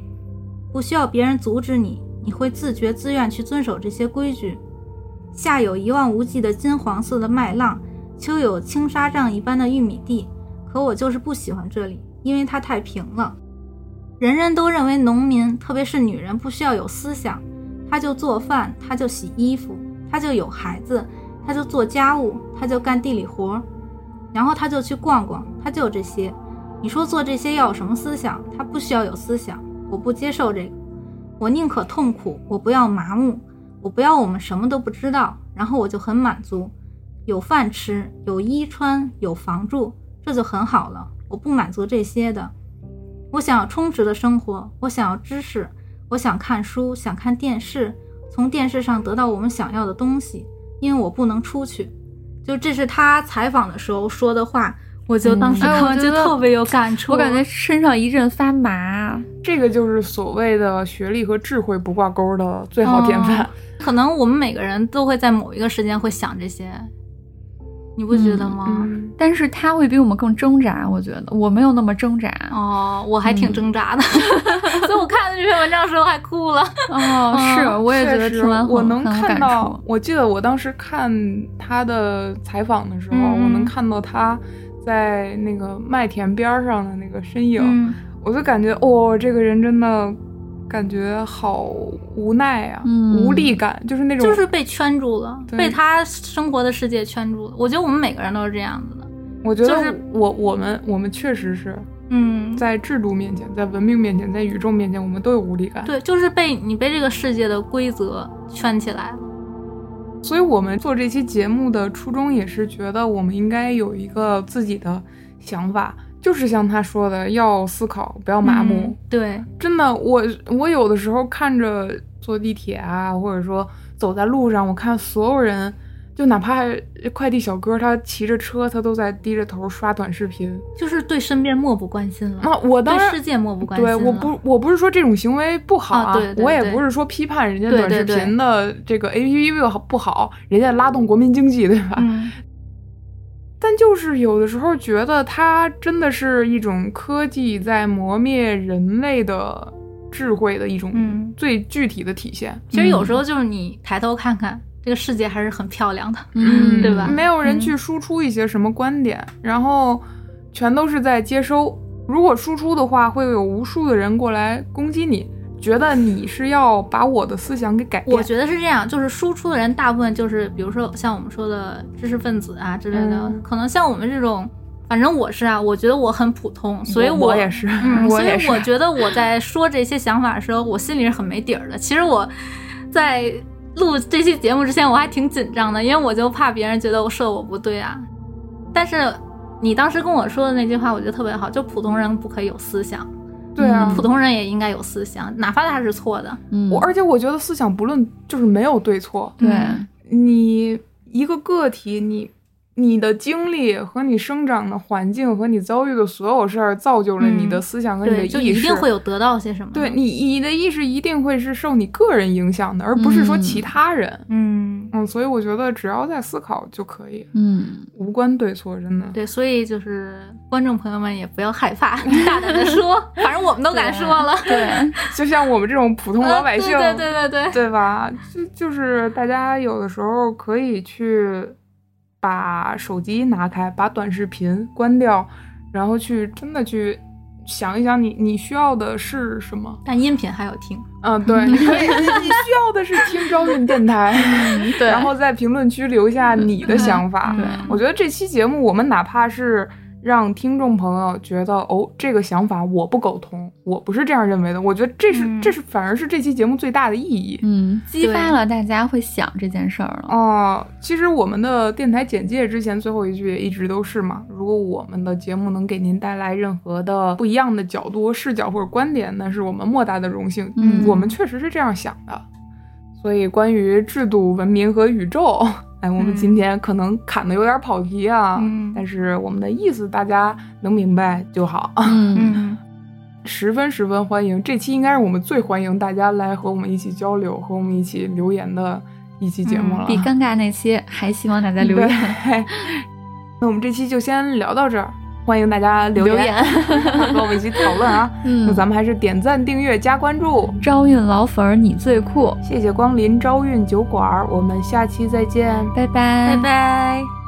[SPEAKER 3] 不需要别人阻止你，你会自觉自愿去遵守这些规矩。夏有一望无际的金黄色的麦浪，秋有轻纱帐一般的玉米地，可我就是不喜欢这里，因为它太平了。人人都认为农民，特别是女人，不需要有思想，她就做饭，她就洗衣服，她就有孩子，她就做家务，她就干地里活儿，然后她就去逛逛，她就这些。你说做这些要有什么思想？她不需要有思想，我不接受这个，我宁可痛苦，我不要麻木，我不要我们什么都不知道，然后我就很满足，有饭吃，有衣穿，有房住，这就很好了。我不满足这些的，我想要充实的生活，我想要知识，我想看书，想看电视，从电视上得到我们想要的东西，因为我不能出去。就这是他采访的时候说的话，我就当时
[SPEAKER 2] 嗯哎我
[SPEAKER 3] 我就
[SPEAKER 2] 觉得
[SPEAKER 3] 特别有感触，
[SPEAKER 2] 我感觉身上一阵发麻，
[SPEAKER 1] 这个就是所谓的学历和智慧不挂钩的最
[SPEAKER 3] 哦
[SPEAKER 1] 好典范。
[SPEAKER 3] 可能我们每个人都会在某一个时间会想这些，你不觉得吗？
[SPEAKER 1] 嗯，
[SPEAKER 2] 但是他会比我们更挣扎。我觉得我没有那么挣扎。
[SPEAKER 3] 哦，我还
[SPEAKER 1] 嗯
[SPEAKER 3] 挺挣扎的， 所以我看了这篇文章的时候还哭了。
[SPEAKER 2] 哦，是，我也觉得
[SPEAKER 1] 啊确实
[SPEAKER 2] 听完很
[SPEAKER 1] 我能
[SPEAKER 2] 很有
[SPEAKER 1] 看
[SPEAKER 2] 感触
[SPEAKER 1] 到。，我记得我当时看她的采访的时候，
[SPEAKER 3] 嗯嗯
[SPEAKER 1] 我能看到她在那个麦田边儿上的那个身影。
[SPEAKER 3] 嗯
[SPEAKER 1] 我就感觉，哦，这个人真的感觉好无奈啊，
[SPEAKER 2] 嗯
[SPEAKER 1] 无力感，就是那种，
[SPEAKER 3] 就是被圈住了，
[SPEAKER 1] 对
[SPEAKER 3] 被他生活的世界圈住了。我觉得我们每个人都是这样子的。
[SPEAKER 1] 我觉得
[SPEAKER 3] 就是
[SPEAKER 1] 我我们我们确实是
[SPEAKER 3] 嗯，
[SPEAKER 1] 在制度面前，在文明面前，在宇宙面前，我们都有无力感。
[SPEAKER 3] 对，就是被你被这个世界的规则圈起来了。
[SPEAKER 1] 所以我们做这期节目的初衷也是觉得我们应该有一个自己的想法，就是像他说的，要思考，不要麻木。
[SPEAKER 2] 嗯对，
[SPEAKER 1] 真的，我我有的时候看着坐地铁啊，或者说走在路上，我看所有人，就哪怕快递小哥他骑着车，他都在低着头刷短视频。
[SPEAKER 3] 就是对身边漠不关心了，
[SPEAKER 1] 那我当
[SPEAKER 3] 嗯对
[SPEAKER 1] 然
[SPEAKER 3] 世界漠不关心
[SPEAKER 1] 对，
[SPEAKER 3] 了。
[SPEAKER 1] 我不，我不是说这种行为不好啊，
[SPEAKER 3] 啊对对
[SPEAKER 1] 我也
[SPEAKER 3] 对
[SPEAKER 1] 不是说批判人家
[SPEAKER 3] 对
[SPEAKER 1] 短视
[SPEAKER 3] 对对
[SPEAKER 1] 频的这个 A P P 不好，人家拉动国民经济，对吧？
[SPEAKER 3] 嗯，
[SPEAKER 1] 但就是有的时候觉得它真的是一种科技在磨灭人类的智慧的一种
[SPEAKER 3] 嗯
[SPEAKER 1] 最具体的体现。
[SPEAKER 3] 其实有时候就是你抬头看看，这个世界还是很漂亮的。
[SPEAKER 2] 嗯，
[SPEAKER 3] 对吧
[SPEAKER 1] 没有人去输出一些什么观点，然后全都是在接收。如果输出的话，会有无数的人过来攻击你，觉得你是要把我的思想给改变。
[SPEAKER 3] 我觉得是这样，就是输出的人大部分就是，比如说像我们说的知识分子啊之类的，
[SPEAKER 1] 嗯
[SPEAKER 3] 可能像我们这种，反正我是啊，我觉得我很普通，所以
[SPEAKER 1] 我
[SPEAKER 3] 我
[SPEAKER 1] 也是，
[SPEAKER 3] 嗯，
[SPEAKER 1] 我
[SPEAKER 3] 所
[SPEAKER 1] 也
[SPEAKER 3] 以
[SPEAKER 1] 是。
[SPEAKER 3] 我觉得我在说这些想法的时候，我心里是很没底儿的。其实我在录这期节目之前，我还挺紧张的，因为我就怕别人觉得我说我不对啊。但是你当时跟我说的那句话，我觉得特别好，就普通人不可以有思想，
[SPEAKER 1] 对啊
[SPEAKER 2] 嗯
[SPEAKER 3] 普，通人也应该有思想，哪怕他是错的。
[SPEAKER 2] 嗯，
[SPEAKER 1] 我而且我觉得思想不论就是没有对错，
[SPEAKER 2] 对，
[SPEAKER 3] 嗯
[SPEAKER 1] 你一个个体，你你的经历和你生长的环境和你遭遇的所有事儿，造就了你的
[SPEAKER 3] 嗯
[SPEAKER 1] 思想和你的
[SPEAKER 3] 对，
[SPEAKER 1] 意识，
[SPEAKER 3] 就一定会有得到些什么。
[SPEAKER 1] 对，你你的意识一定会是受你个人影响的，而不是说其他人。
[SPEAKER 3] 嗯，
[SPEAKER 1] 嗯，所以我觉得只要在思考就可以，
[SPEAKER 2] 嗯，
[SPEAKER 1] 无关对错，真的。
[SPEAKER 3] 对，所以就是观众朋友们也不要害怕， 大胆的说， 反正我们都敢说了。
[SPEAKER 2] 对，
[SPEAKER 1] 就像我们这种普通老百姓，
[SPEAKER 3] 嗯对对对对对，
[SPEAKER 1] 对吧？就就是大家有的时候可以去把手机拿开，把短视频关掉，然后去真的去想一想你你需要的是什么。
[SPEAKER 3] 但音频还有听。
[SPEAKER 1] 嗯，对， 你可以，你需要的是听招运电台，
[SPEAKER 2] 对
[SPEAKER 1] 然后在评论区留下你的想法。
[SPEAKER 3] 对
[SPEAKER 1] 我觉得这期节目，我们哪怕是让听众朋友觉得哦，这个想法我不苟同，我不是这样认为的，我觉得这是、
[SPEAKER 3] 嗯
[SPEAKER 1] 这是反而是这期节目最大的意义。
[SPEAKER 2] 嗯，激
[SPEAKER 3] 对
[SPEAKER 2] 发了大家会想这件事儿了。
[SPEAKER 1] 哦，其实我们的电台简介之前最后一句也一直都是嘛，如果我们的节目能给您带来任何的不一样的角度、视角或者观点，那是我们莫大的荣幸。
[SPEAKER 2] 嗯
[SPEAKER 1] 我们确实是这样想的。所以，关于制度、文明和宇宙，哎，我们
[SPEAKER 3] 嗯
[SPEAKER 1] 今天可能砍的有点跑题啊，
[SPEAKER 3] 嗯
[SPEAKER 1] 但是我们的意思大家能明白就好。
[SPEAKER 2] 嗯，
[SPEAKER 3] 嗯，
[SPEAKER 1] 十分十分欢迎，这期应该是我们最欢迎大家来和我们一起交流、和我们一起留言的一期节目
[SPEAKER 3] 嗯
[SPEAKER 1] 了。
[SPEAKER 2] 比尴尬那期还希望大家留言
[SPEAKER 1] 对。那我们这期就先聊到这儿，欢迎大家留言，和我们一起讨论啊。
[SPEAKER 2] 嗯
[SPEAKER 1] 那咱们还是点赞、订阅、加关注，
[SPEAKER 2] 招运老粉儿，你最酷，
[SPEAKER 1] 谢谢光临朝韵酒馆儿，我们下期再见，
[SPEAKER 2] 拜拜，
[SPEAKER 3] 拜。拜。